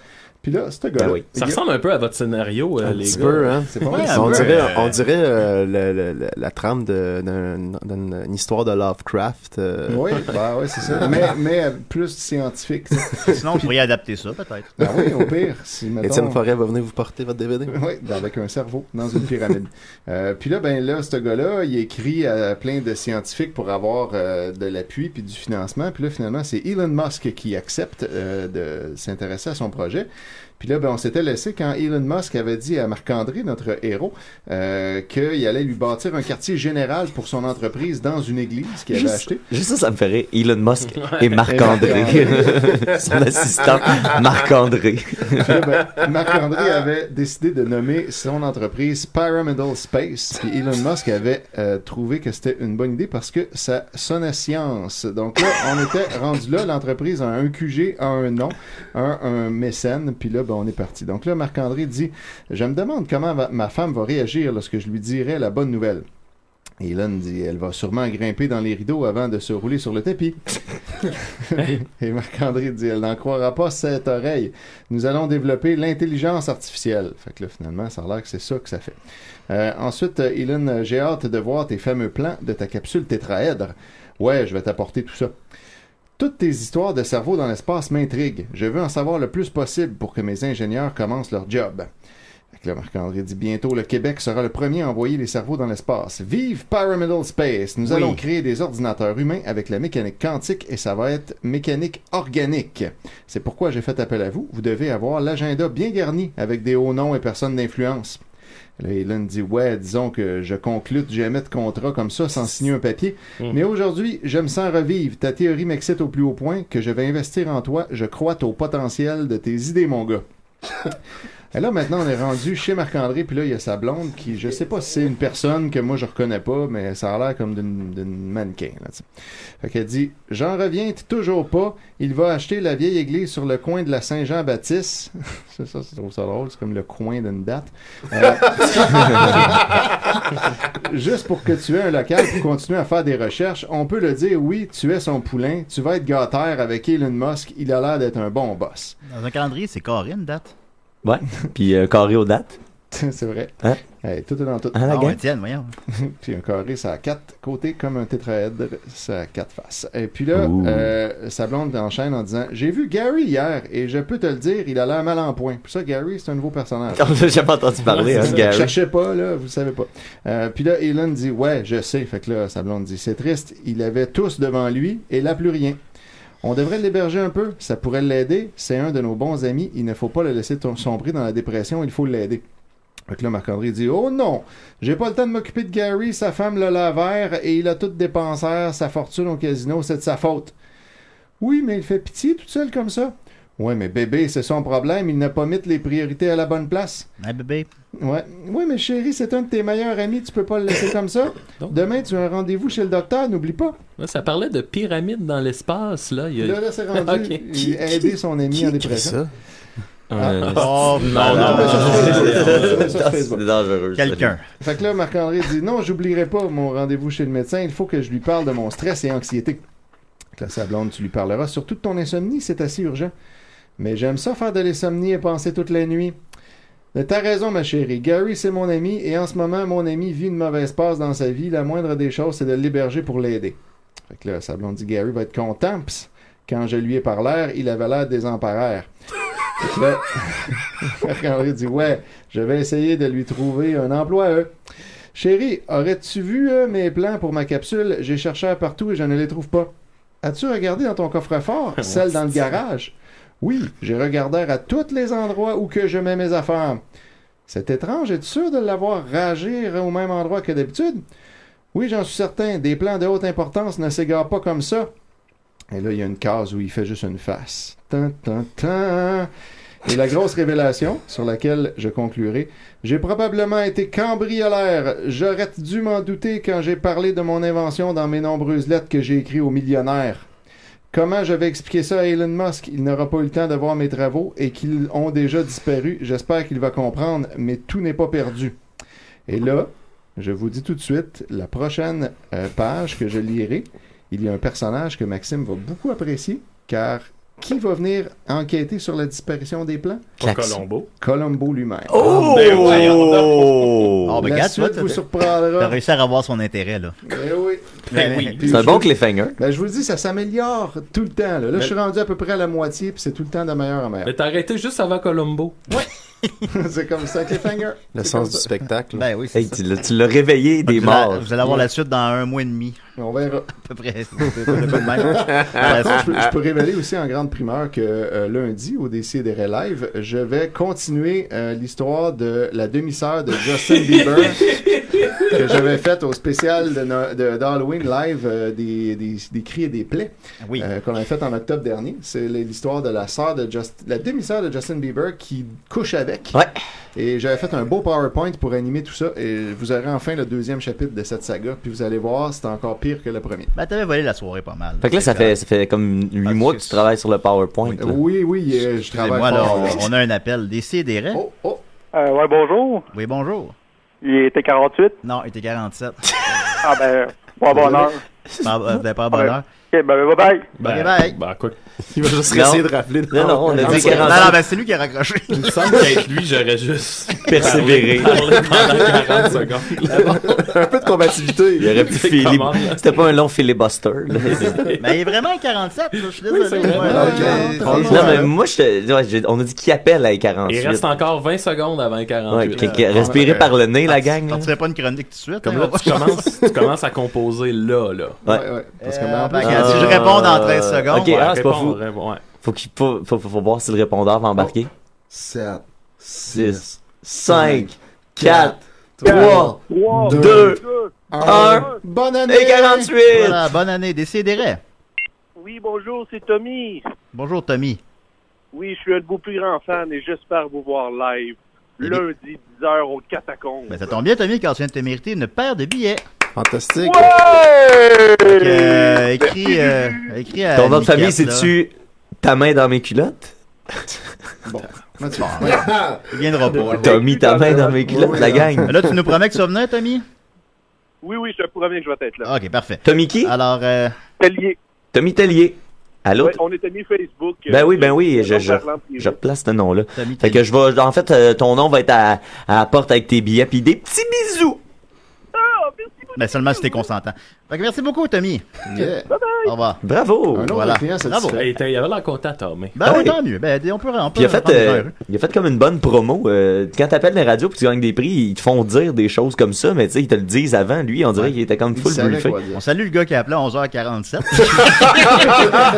Puis là, ce Ah gars-là... Ça il y a- ressemble un peu à votre scénario, euh, Un les petit gars. peu, hein. C'est pas mal. Ouais, un on, peu. dirait, Euh, on dirait euh, le- le- le- la trame de- d'un- d'une d'une histoire de Lovecraft. euh. Oui, bah oui, (laughs) c'est ça. Mais, mais euh, plus scientifique. Sinon, on pourrait adapter ça, peut-être. Ben oui, au pire. Si, mettons- Étienne Forêt va venir vous porter votre DVD. Oui, dans- avec un cerveau dans une pyramide. Euh, puis là, ben là, ce gars-là, il écrit à plein de scientifiques pour avoir euh, de l'appui puis du financement. Puis là, finalement, c'est Elon Musk qui accepte euh, de s'intéresser à son projet. Puis là, ben, on s'était laissé quand Elon Musk avait dit à Marc-André, notre héros, euh, qu'il allait lui bâtir un quartier général pour son entreprise dans une église qu'il avait Juste, achetée. juste ça, ça me ferait Elon Musk et Et Marc-André. Marc-André. (laughs) Son assistant, Marc-André. Puis là, ben, Marc-André avait décidé de nommer son entreprise Pyramidal Space. Puis Elon Musk avait euh, trouvé que c'était une bonne idée parce que ça sonnait science. Donc là, on était rendu là. L'entreprise a un QG, a un nom, un, un mécène. Puis là, ben, on est parti. Donc là, Marc-André dit Je me demande comment va- ma femme va réagir lorsque je lui dirai la bonne nouvelle. Elon dit, elle va sûrement grimper dans les rideaux avant de se rouler sur le tapis. Et Marc-André dit, elle n'en croira pas cette oreille. Nous allons développer l'intelligence artificielle. Fait que là, finalement, ça a l'air que c'est ça que ça fait. Euh, ensuite, euh, Elon, euh, j'ai hâte de voir tes fameux plans de ta capsule tétraèdre. Ouais, je vais t'apporter tout ça. Toutes tes histoires de cerveau dans l'espace m'intriguent. Je veux en savoir le plus possible pour que mes ingénieurs commencent leur job. Fait que là, Marc-André dit bientôt le Québec sera le premier à envoyer les cerveaux dans l'espace. Vive Pyramidal Space! Nous Oui. allons créer des ordinateurs humains avec la mécanique quantique et ça va être mécanique organique. C'est pourquoi j'ai fait appel à vous. Vous devez avoir l'agenda bien garni avec des hauts noms et personnes d'influence. Là, Elon dit Ouais, disons que je conclue jamais de contrat comme ça sans signer un papier. Mais aujourd'hui, je me sens revivre. Ta théorie m'excite au plus haut point que je vais investir en toi. Je crois au potentiel de tes idées, mon gars. Et là, maintenant, on est rendu chez Marc-André, puis là, il y a sa blonde qui, je sais pas si c'est une personne que moi je reconnais pas, mais ça a l'air comme d'une d'une mannequin. Là, tu sais. fait qu'elle dit J'en reviens toujours pas, il va acheter la vieille église sur le coin de la Saint-Jean-Baptiste. (laughs) c'est ça, c'est trop ça drôle, c'est comme le coin d'une date. Euh, (laughs) Juste pour que tu aies un local pour continuer à faire des recherches, on peut le dire oui, tu es son poulain, tu vas être gâtère avec Elon Musk, il a l'air d'être un bon boss. (laughs) Dans un calendrier, c'est carré une date. Ouais. Puis euh, carré aux dates. c'est vrai. Hein? Hey, tout est dans tout. Hein, la Ah, gang? ouais. Tiens, Oh, voyons. puis un carré, ça a quatre côtés, comme un tétraèdre, ça a quatre faces. Et puis là, Ouh. euh, sa blonde enchaîne en disant J'ai vu Gary hier, et je peux te le dire, il a l'air mal en point. Puis ça, Gary, c'est un nouveau (laughs) personnage. On l'a jamais entendu parler, hein, C'est ça. Gary. Cherchez pas, là, vous savez pas. Euh, puis là, Elon dit Ouais, je sais. Fait que là, sa blonde dit C'est triste, il avait tous devant lui, et là, plus rien. On devrait l'héberger un peu, ça pourrait l'aider. C'est un de nos bons amis, il ne faut pas le laisser tom- sombrer dans la dépression, il faut l'aider. Fait que là, Marc-André dit Oh non, j'ai pas le temps de m'occuper de Gary, sa femme le lavère et il a tout dépensé, sa fortune au casino, c'est de sa faute. Oui, mais il fait pitié tout seul comme ça. Ouais, mais bébé, c'est son problème, il n'a pas mis les priorités à la bonne place. Ah, bébé. Ouais. Oui, mais chérie, c'est un de tes meilleurs amis, tu peux pas le laisser comme ça. Demain, tu as un rendez-vous chez le docteur, n'oublie pas. Là, ça parlait de pyramide dans l'espace, là. il y a- Là, là, c'est rendu Ok. il a aidé son ami en dépression. Euh, Oh, non, non, non, non, non, non, non, C'est dangereux. ça. Quelqu'un. Fait que là, Marc-André dit Non, j'oublierai pas mon rendez-vous chez le médecin, il faut que je lui parle de mon stress et anxiété. Fait que Là, sa blonde, tu lui parleras. Surtout de ton insomnie, c'est assez urgent. Mais j'aime ça faire de l'insomnie et penser toute la nuit. Mais T'as raison, ma chérie. Gary, c'est mon ami, et en ce moment, mon ami vit une mauvaise passe dans sa vie. La moindre des choses, c'est de l'héberger pour l'aider. Fait que là, sa blonde dit Gary va être content. pss. Quand je lui ai parlé, il avait l'air désemparé. Fait que là, (laughs) Marc-André dit Ouais, je vais essayer de lui trouver un emploi à eux. Chérie, aurais-tu vu euh, mes plans pour ma capsule J'ai cherché partout et je ne les trouve pas. As-tu regardé dans ton coffre-fort, celle dans le garage Oui, j'ai regardé à tous les endroits où que je mets mes affaires. C'est étrange, es-tu sûr de l'avoir ragé au même endroit que d'habitude Oui, j'en suis certain, des plans de haute importance ne s'égarent pas comme ça. Et là, il y a une case où il fait juste une face. Tan, tan, tan. Et la grosse révélation, sur laquelle je conclurai, j'ai probablement été cambriolaire. J'aurais dû m'en douter quand j'ai parlé de mon invention dans mes nombreuses lettres que j'ai écrites aux millionnaires. Comment je vais expliquer ça à Elon Musk Il n'aura pas eu le temps de voir mes travaux et qu'ils ont déjà disparu. J'espère qu'il va comprendre, mais tout n'est pas perdu. Et là, je vous dis tout de suite, la prochaine euh, page que je lirai, il y a un personnage que Maxime va beaucoup apprécier, car qui va venir enquêter sur la disparition des plans Pas Colombo. Colombo lui-même. Oh! Ben voyons donc. Oh, ben, La regarde, suite toi, t'as- Ben vous surprendra. T'as réussi à revoir son intérêt, là. Eh oui. Ben oui. Puis C'est un je bon vous- cliffhanger. Ben, je vous le dis, ça s'améliore tout le temps. Là, Là, je Ben- suis rendu à peu près à la moitié, puis c'est tout le temps de meilleur en meilleur. Mais t'as arrêté juste avant Colombo. c'est comme ça, cliffhanger. Le C'est sens comme du ça. spectacle. Ben oui, c'est Hey, ça. tu l'as- tu l'as réveillé des Vous allez- morts. Vous allez avoir la suite dans un mois et demi, On verra. à peu près. C'est à peu près de même. Par contre, je, peux, je peux révéler aussi en grande primeur que euh, lundi, au DC des Live, je vais continuer euh, l'histoire de la demi-sœur de Justin Bieber (laughs) que j'avais faite au spécial de no- de- d'Halloween live euh, des, des- des cris et des plaies Oui. euh, qu'on avait fait en octobre dernier. C'est l'histoire de la sœur de Just- la demi-sœur de Justin Bieber qui couche avec. Ouais. Et j'avais fait un beau PowerPoint pour animer tout ça. Et vous aurez enfin le deuxième chapitre de cette saga. Puis vous allez voir, c'est encore pire que le premier. Ben, t'avais volé la soirée pas mal. Fait que là, ça fait, ça fait comme 8 Ah, mois que c'est- tu travailles sur le PowerPoint. là. Oui, oui, euh, je travaille Excusez-moi, là, fort, là. on, on a un appel. DC des rêves. Oh, oh. Euh, ouais, bonjour. Oui, bonjour. Il était 48. Non, il était 47. Ah ben, bon bonheur. Pas- euh, Vous n'avez pas bonheur. Ok, ben bye bye. Bye bye. Ben, quoi. Il va juste Non. essayer de rappeler. Non, non, on a dit Non, 40 non, ben c'est lui qui a (laughs) raccroché. Il me semble qu'être lui, j'aurais juste persévéré. parlé pendant 40 secondes. Un peu de (laughs) combativité. Il aurait pu C'est filib- comment, là? C'était pas un long filibuster. là. Mais Ben, il est vraiment 47, là, je suis désolé. Ouais, Ah, ouais, ok. ouais. non, mais moi, je te- ouais, j'ai- on a dit qui appelle à Il 48. reste encore 20 secondes avant 48. Ouais, qui- qui- respirer par le nez, la gang. là. Partirais pas une chronique tout de suite. Comme hein, là, on va- tu commences, tu commences à composer là, là. Ouais, ouais. Parce que Euh, en plus, ben, regarde, si je réponds dans 13 secondes, Euh, Ok, ah, c'est pas fou. répondre, hein, ouais. Faut, qu'il- faut, faut, faut voir si le répondeur va embarquer. Oh. 7, 6, 5, 4, 3, 3, 2, 1. 1 bonne année! et 48. (laughs) Voilà, bonne année, décidérez. Oui, bonjour, c'est Tommy. Bonjour Tommy. Oui, je suis un de vos plus grands fans et j'espère vous voir live lundi 10h au Catacombe. Ben, ça tombe bien Tommy car tu viens de te mériter une paire de billets. Fantastique. Fait que, euh, écris, euh, écris à Ton nom de Nicat, famille, là. c'est-tu ta main dans mes culottes? comment tu fais? Ouais. Il viendra pas. T'as mis ta main dans mes culottes, la gang. Là, tu nous promets que tu vas venir, Tommy? Ah. Oui, oui, je te promets que je vais être là. Ok, parfait. Tommy qui? Alors, euh, Tellier. Tommy Tellier. À l'autre. Ouais, on est amis Facebook. euh, Ben oui, ben oui, je, on je, parle en privé. je replace ce nom-là. Fait que je vais, en fait, euh, ton nom va être à, à la porte avec tes billets puis des petits bisous. Mais Ben, seulement si t'es consentant. Fait que merci beaucoup, Tommy. Yeah. Au revoir. Oh, Bravo. Un autre Voilà. client Ah Bravo. satisfait. Hey, t'as- il avait l'air content, Tom. (laughs) mais- Ben oui, tant mieux. Ben, on peut, on peut Puis il a fait, rendre euh, heureux. il a fait comme une bonne promo. Euh, quand t'appelles les radios puis tu gagnes des prix, ils te font dire des choses comme ça, mais tu sais, ils te le disent avant. Lui, on dirait qu'il était comme full briefé. On salue le gars qui a appelé à (laughs) 11h47.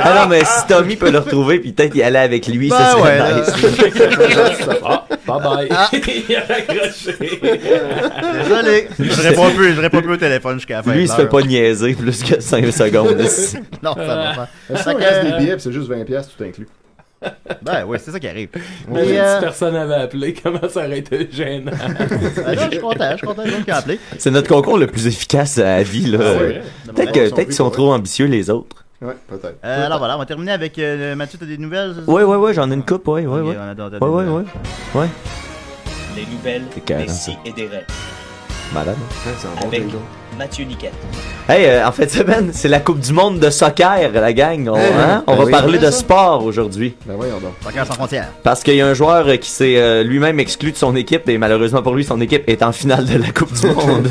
Ah non, mais si Tommy peut le retrouver puis peut-être y aller avec lui, Ben ça serait ouais, nice. Ah, bye bye. (laughs) il a raccroché. (laughs) (laughs) Désolé. J'aurais pas pu, j'aurais pas pu au téléphone jusqu'à la fin. Lui, de il se fait l'heure. pas niaiser plus (laughs) que 5 secondes. Non, ça va pas. Est-ce qu'on reste des billets, puis c'est juste euh, 20$ piastres, tout inclus? Ben oui, c'est ça qui (laughs) arrive. Imagine Et, euh, si personne n'avait appelé, comment ça aurait été gênant. (laughs) ben non, je suis content, je suis content de qui a appelé. C'est notre concours le plus efficace à la vie. là. Ah ouais. Peut-être que- peut-être qu'ils sont trop ambitieux, les autres. Ouais, peut-être. Euh, alors voilà, on va terminer avec euh, Mathieu, t'as des nouvelles? Ouais, ouais, ouais, j'en ai une coupe, ouais, ouais, ouais. on attend, Ouais, attend, ouais, ouais. Ouais. Les nouvelles C'est carré, des si et des rêves. Malade. Avec Mathieu Niquette. Hey, euh, en fait, (laughs) semaine, c'est la Coupe du Monde de soccer, la gang. On, hein? On ben va oui. parler C'est de ça? sport aujourd'hui. Ben voyons donc. Soccer sans frontières. Parce qu'il y a un joueur euh, qui s'est euh, lui-même exclu de son équipe et malheureusement pour lui, son équipe est en finale de la Coupe du Monde.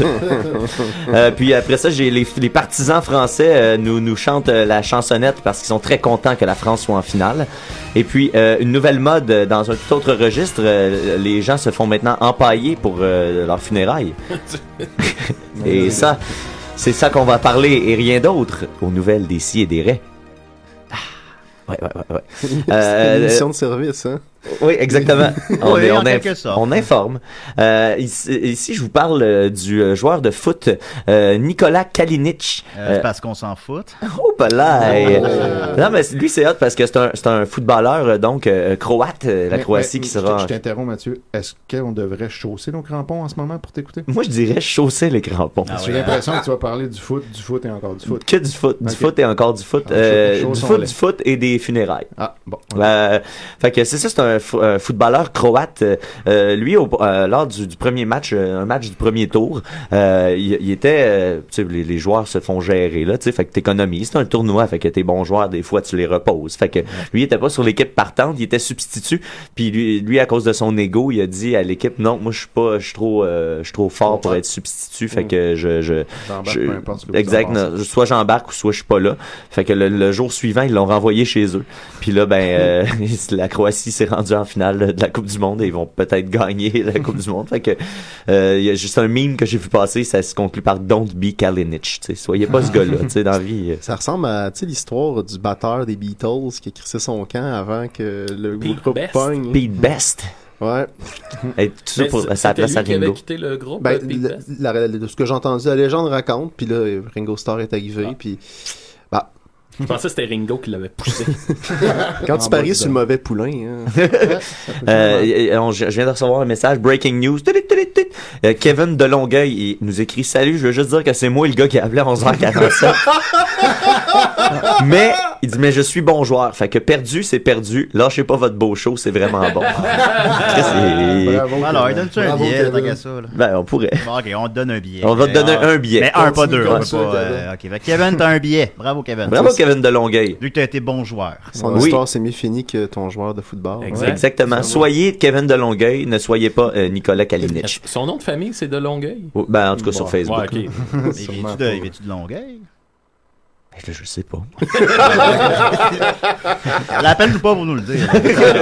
Euh, puis après ça, j'ai les, les partisans français euh, nous, nous chantent euh, la chansonnette parce qu'ils sont très contents que la France soit en finale. Et puis euh, une nouvelle mode euh, dans un tout autre registre, euh, les gens se font maintenant empailler pour euh, leurs funérailles. Et ça, c'est ça qu'on va parler et rien d'autre aux nouvelles des si et des raies. Ah, ouais, ouais, ouais, ouais. (laughs) C'est une Euh, mission de service, hein? oui, exactement. (laughs) On, Oui, est- en on inf- quelque sorte. on informe. Euh, ici, ici, je vous parle euh, du euh, joueur de foot euh, Nicolas Kalinic. Euh, c'est Euh, parce qu'on s'en fout. Oh, ben là, hey. Ah. Non, mais lui, c'est hot parce que c'est un, c'est un footballeur, euh, donc euh, croate, euh, la Mais- Croatie mais qui je sera. t- en- Je t'interromps, Mathieu. Est-ce qu'on devrait chausser nos crampons en ce moment pour t'écouter? Moi, je dirais chausser les crampons. Ah, J'ai l'impression que tu vas parler du foot, du foot et encore du foot. Que du foot, du Ok. foot et encore du foot, Ah, euh, chaud- chaud du sans foot, lait. du foot et des funérailles. Ah bon. Euh, fait que c'est ça, c'est un, fo- un footballeur croate. Euh, euh, lui, au- euh, lors du, du premier match, euh, un match du premier tour, euh, il il était, euh, tu sais, les, les joueurs se font gérer là, tu sais, fait que t'économises, c'est un tournoi, fait que tes bons joueurs des fois tu les reposes. Fait que lui, il était pas sur l'équipe partante, il était substitut. Puis lui, lui à cause de son ego, il a dit à l'équipe, non, moi je suis pas, je suis trop, euh, je suis trop fort Mm. pour être substitut. Fait que je, je, J'embarque, je- peu importe ce que vous en exact, pensez. non, soit j'embarque ou soit je suis pas là. Fait que le, le jour suivant, ils l'ont renvoyé chez eux. Puis là, ben, euh, (laughs) la Croatie s'est rendue en finale de la Coupe du Monde et ils vont peut-être gagner la Coupe du Monde. Fait que euh, il y a juste un meme que j'ai vu passer, ça se conclut par Don't be Kalinic. tu sais. Soyez pas ce gars-là, tu sais, dans la vie. Ça ressemble à tu sais, l'histoire du batteur des Beatles qui a crissé son camp avant que le groupe Best. pogne. Pete Best. Ouais. Et tout ça pour Mais à sa c'était place lui à qui avait Ringo. quitté le groupe, Ben, euh, Pete la- Best. la- de ce que j'ai entendu, la légende raconte, puis là, Ringo Starr est arrivé, Ah. puis... Bah, Je pensais que c'était Ringo qui l'avait (laughs) poussé. quand tu paries sur le mauvais (laughs) poulain... Ah, hein. Euh, et- et on- je je viens de recevoir un message breaking news. Tudu, tudu, tudu. Euh, Kevin de Longueuil il nous écrit Salut, je veux juste dire que c'est moi le gars qui a appelé (laughs) à 11h47. mais il dit mais je suis bon joueur. Fait que perdu c'est perdu. Lâchez pas votre beau show, c'est vraiment (laughs) bon. Chris, (laughs) il- Alors, il donne-tu un Bravo, billet, Kevin. tant qu'à ça, là? Ben on pourrait. Bon, ok, on te donne un billet. On va te donner Ah, un billet. Mais un, pas deux. on Ouais. peut pas, euh, ok, fait que Kevin, t'as un billet. Bravo, Kevin. Bravo Ça, c'est- Kevin de Longueuil. Vu que t'as été bon joueur. (laughs) Son Oui. histoire, c'est mieux fini que ton joueur de football. Exactement. Soyez Kevin de Longueuil, ne soyez pas euh, Nicolas Kalinic. Son nom de famille, c'est de Longueuil. Ou- Ben en tout cas sur Ouais, Facebook. ouais, ok. là. (laughs) Mais Il vient-tu de, il vient-tu de Longueuil? Ben, là, je sais pas. L'appelle ou Ah, pas pour nous le dire.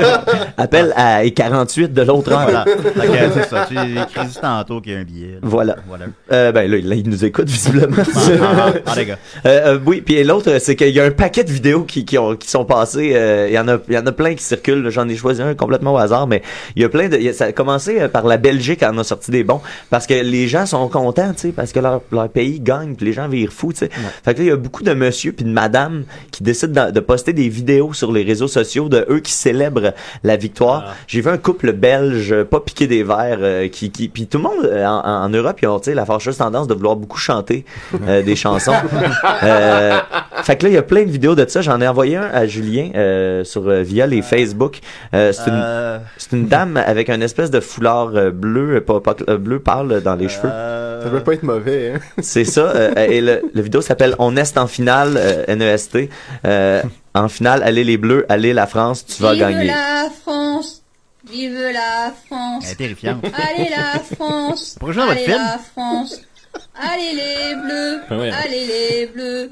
(laughs) Appel à 48 de l'autre heure. Voilà. Fait que, c'est ça. Tu écris juste tantôt qu'il y a un billet. là. Voilà. Voilà. Euh, ben là, il- là, il nous écoute visiblement. (laughs) ah, ah, les gars. Euh, euh, oui, puis l'autre, c'est qu'il y a un paquet de vidéos qui, qui, ont, qui sont passées. euh, Il y en a, il y en a plein qui circulent. là. J'en ai choisi un complètement au hasard, mais il y a plein de. il y a- ça a commencé euh, par la Belgique, en a sorti des bons, parce que les gens sont contents, tu sais, parce que leur, leur pays gagne, puis les gens virent fous, tu sais. Fait que là, il y a beaucoup de monsieur puis de madame qui décident de, de poster des vidéos sur les réseaux sociaux de eux qui célèbrent la victoire. J'ai vu un couple belge, euh, pas piqué des verres, euh, qui, qui puis tout le monde euh, en, en Europe, ils ont, tu sais, la fâcheuse tendance de vouloir beaucoup chanter euh, des chansons. Euh, fait que là, il y a plein de vidéos de ça. J'en ai envoyé un à Julien euh, sur euh, via les Facebook. Euh, c'est une, Euh. c'est une dame avec un espèce de foulard euh, bleu, euh, pas, pas- euh, bleu pâle dans les cheveux. Euh, Ça peut pas être mauvais, hein. (laughs) C'est ça. euh, et le, le vidéo s'appelle On est en finale. finale, euh, NEST, (laughs) euh, en finale, allez les Bleus, allez la France, tu vas Vive gagner. la France Vive la France Elle est terrifiante. Allez la France (laughs) Pourquoi je vois votre Allez film? la France Allez les bleus Ben Ah ouais, hein. Allez les bleus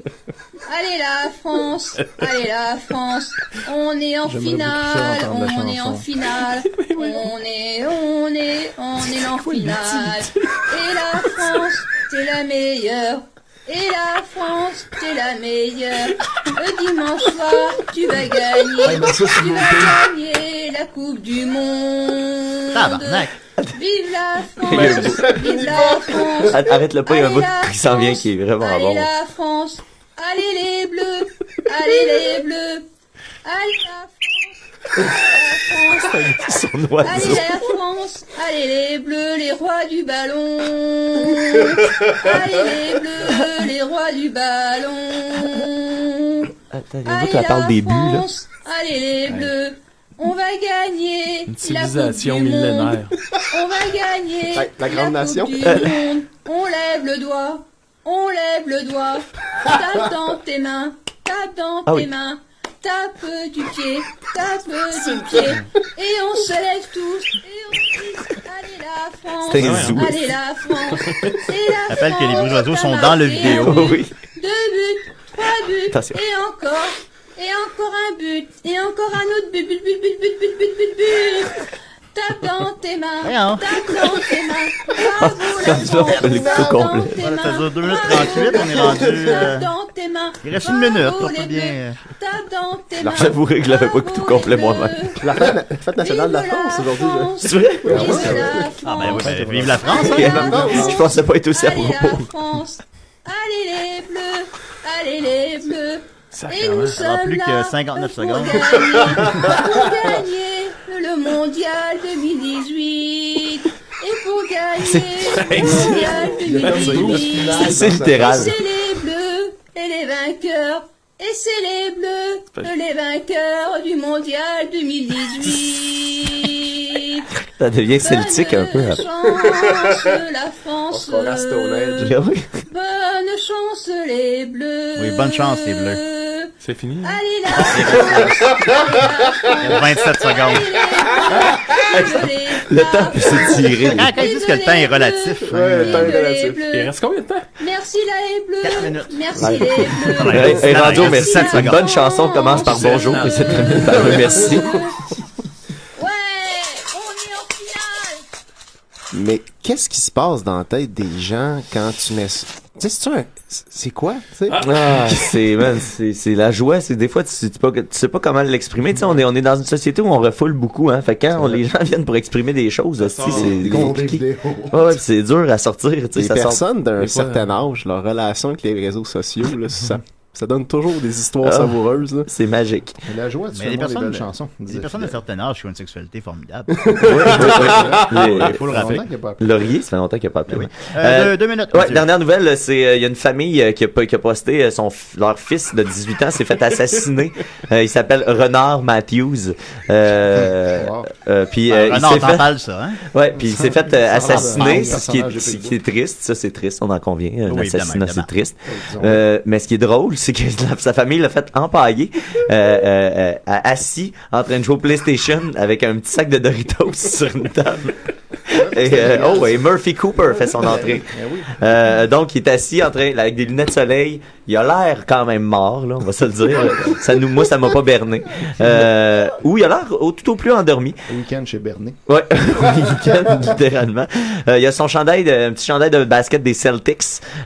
Allez la France Allez la France On est en J'aimerais finale beaucoup ça, entendre la On est en chanson. finale On est, on est, on est en finale Et la France, t'es la meilleure et la France, t'es la meilleure. Le dimanche soir, tu vas gagner. Tu vas gagner la Coupe du Monde. Ah, bah. Tabarnak. (laughs) Vive la Il y a un France. bout- Vive la France. Arrête- Arrête-le pas, il y a un Allez, bout la qui s'en vient qui est vraiment Allez bon. (laughs) la France. Allez les bleus. Allez les bleus. Allez la France. Allez la France. Son oiseau. Allez la France, allez les bleus, les rois du ballon. Allez les bleus, les rois du ballon. Attends, il y Allez a un bout qui parle des buts, là. France, allez les bleus, on va gagner Une la civilisation Coupe du millénaire. (laughs) Monde. On va gagner La- la grande nation. (laughs) Coupe du monde. On lève le doigt, on lève le doigt. Tape dans tes mains, tape dans Ah tes oui. mains. Tape du pied, tape du pied. Et on se lève tous. Et on se dit, allez la France, C'est un zoo. (laughs) allez la (laughs) France. Et la Rappelle que les France beaux oiseaux a sont dans le marqué un vidéo. Oh but. Oui. Deux buts, trois buts, Attention. et encore, et encore un but, et encore un autre but, but, but, but, but, but, but, but, but. Tape dans tes mains, Voyons. tape dans tes mains, Ah, (laughs) ça, c'est le couteau complet. Voilà, ça dure 2 minutes 38, on est rendu. euh, tape dans tes mains, Il reste une minute, on peut bien. euh, tape dans tes mains. J'avouerai que je l'avais pas que tout complet moi-même. La fête, fête nationale de la France aujourd'hui. (laughs) je- C'est vrai? Ouais, ouais, ouais. Ah, ben oui, ben, vive la France! hein. Je pensais pas être aussi à Allez la propos. France, allez les bleus, allez les bleus. Et nous Ça aura sommes plus là que 59 secondes. pour gagner le mondial 2018 et pour gagner le mondial 2018. C'est- (laughs) c'est littéral. Et C'est les bleus et les vainqueurs. Et c'est les bleus, et les vainqueurs du mondial 2018. Ça devient celtique un peu. Bonne chance la France. On reste au LED. Ah oui. Bonne chance les bleus. Oui, bonne chance, les bleus. C'est fini? hein? Allez la France. Il y a 27 secondes. Le temps peut s'étirer. Quand quand ils disent que le temps est relatif. hein, Ouais, le temps est relatif. Il reste combien de temps? Merci les bleus. Oh, Merci les Ouais. ben, bleus. Hey, hey, Rando, Reste merci. sept Une secondes. bonne chanson commence par bonjour et c'est terminé par un merci. Mais qu'est-ce qui se passe dans la tête des gens quand tu mets. ça? Tu sais, c'est un. C'est quoi? tu sais? Ah, c'est man, c'est c'est la joie. C'est des fois tu, sais pas, tu sais pas comment l'exprimer. Tu sais, on est on est dans une société où on refoule beaucoup. Hein. Fait que quand on- les gens viennent pour exprimer des choses, hostie, c'est compliqué. Ouais, ouais, puis c'est dur à sortir. tu sais, Les ça sort- personnes d'un Des fois, certain âge, leur relation avec les réseaux sociaux, là, ça, ça donne toujours des histoires Ah. savoureuses. là. C'est magique. La joie, tu Mais fais les moins des personnes, belles chansons, euh, les disait personnes d'un Philippe. certain âge qui ont une sexualité (laughs) formidable. Les- Il faut le rappeler. Laurier, ça fait longtemps qu'il n'y a pas appelé. Euh, deux- deux minutes, Ouais, Mathieu. dernière nouvelle, c'est euh, il y a une famille euh, qui, a, po- qui a posté euh, son f- leur fils de 18 ans s'est fait assassiner. Euh, il s'appelle Renard Matthews. Euh, euh, puis euh, Ah, il Renard, s'est t'en fait parles, ça, hein? Ouais, puis il s'est fait euh, Ça a l'air de assassiner, mal, ce qui est, personnage de ce Pego. qui est triste, ça c'est triste, on en convient, euh, Oui, évidemment, l'assassinat évidemment. c'est triste. Euh, mais ce qui est drôle, c'est que la- sa famille l'a fait empailler euh, euh, euh, à- assis en train de jouer au PlayStation avec un petit sac de Doritos (laughs) sur une table. Et, euh, oh, et Murphy Cooper fait (laughs) son entrée. Eh Euh, donc, il est assis en train, avec des lunettes de soleil. Il a l'air quand même mort, là, on va se le dire. Ça nous, moi, ça m'a pas berné. Euh, ou il a l'air au- tout au plus endormi. Week-end chez Bernet. Ouais, (laughs) week-end, (laughs) littéralement. Euh, il y a son chandail, de- un petit chandail de basket des Celtics,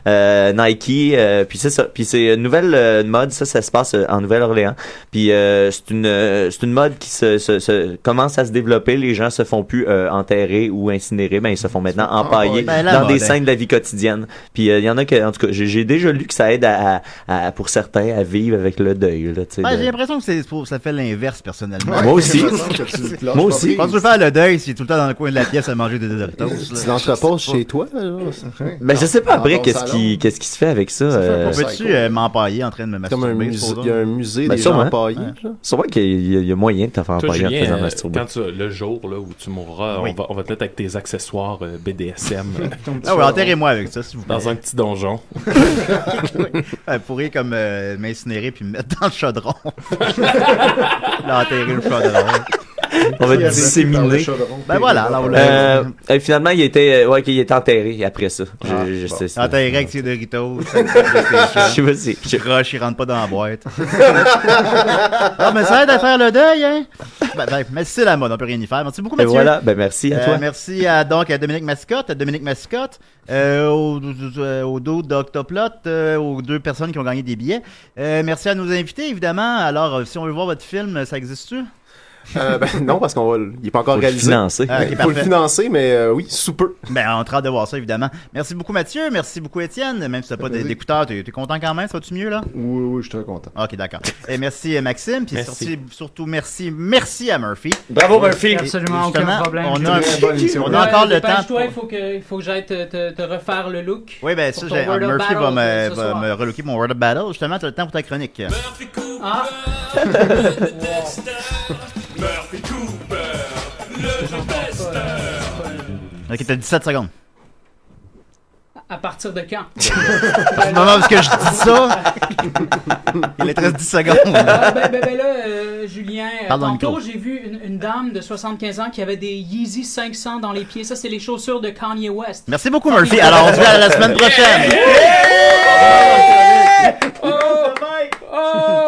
euh, Nike, euh, puis c'est ça. Puis c'est une nouvelle euh, mode, ça, ça se passe euh, en Nouvelle-Orléans. Puis euh, c'est une euh, c'est une mode qui se, se- se- commence à se développer. Les gens se font plus euh, enterrer ou incinérer, ben ils se font maintenant empailler Ben, la dans des mode, hein. scènes de la vie quotidienne. Puis euh, il y en a que, en tout cas, j'ai j'ai déjà lu que ça aide à, à- à- pour certains à vivre avec le deuil. Là, tu sais, Ouais, de- J'ai l'impression que c'est- ça fait l'inverse, personnellement. Moi aussi. Moi aussi. Quand tu veux faire le deuil, c'est tout le temps dans le coin de la pièce à manger des Doritos. (laughs) Tu l'entreposes chez toi, là? Ben je sais pas Dans après ton qu'est-ce qui qu'est-ce qui se fait avec ça. euh, On peut-tu euh, m'empailler en train de me masturber? un musée- supposons? il y a un musée Ben, des gens sûrement. empaillés. Ouais. Sûrement qu'il y, a- il y a moyen de t'en faire Toi, empailler en te Julien, faisant euh, masturber. quand tu, le jour là, où tu mourras, Oui. on, va, on va te mettre avec tes accessoires euh, BDSM. (laughs) Ton petit Ah ouais, char, enterrez-moi hein. avec ça, s'il vous plaît. Dans un petit donjon. oui. Elle pourrait comme euh, m'incinérer puis me mettre dans le chaudron. L'enterrer le chaudron. On va disséminer. Ben voilà, alors, là, Euh, euh, finalement, il était, euh, ouais, il est enterré après ça. Je, Ah, je bon. sais ça. Enterré avec ses Doritos. (laughs) Ah. (laughs) Je sais pas si- Je rush, il rentre pas dans la boîte. ah, mais ça aide à faire le deuil, hein? Ben, ben, mais c'est la mode, on peut rien y faire. Merci beaucoup, Et Mathieu. voilà, ben merci à Euh, toi. Merci à, donc, à Dominique Mascotte, à Dominique Mascotte, euh, aux, aux- aux deux d'Octoplot, euh, aux deux personnes qui ont gagné des billets. Euh, merci à nos invités, évidemment. Alors, euh, si on veut voir votre film, ça existe-tu? Euh, ben, non, parce qu'on va, le- il est pas encore Faut le réalisé. financer. Ah, ok, il faut le parfait. financer, mais euh, oui, sous peu. Ben, on est en train de voir ça, évidemment. Merci beaucoup, Mathieu. Merci beaucoup, Étienne. Même si t'as pas plaisir. d'écouteurs, t'es t'es content quand même? Ça va-tu mieux, là? Oui, oui, je suis très content. Ok, d'accord. Et merci, euh, Maxime. Puis Merci. surtout, surtout, merci, merci à Murphy. Bravo, Murphy. Et Absolument aucun justement, problème. On a, un- on a Ouais, encore le temps. dépêche-toi, il faut que, il faut que j'aille te, te- te refaire le look. Oui, ben, pour ça, ton j'ai- Word of Murphy va Battle, euh, me, ce va soir. me relooker mon Word of Battle. Justement, t'as le temps pour ta chronique. Ah. Murphy Cooper, le jeu testeur. Ok, t'as 17 secondes. À partir de quand? À ce moment où est-ce que je dis ça, il est 13 10 secondes. Ah, ben, ben, ben là, euh, Julien, euh, Parle dans le tantôt micro. j'ai vu une, une dame de 75 ans qui avait des Yeezy 500 dans les pieds. Ça, c'est les chaussures de Kanye West. Merci beaucoup, Murphy. Alors, on se dit à la semaine prochaine. Oh, oh,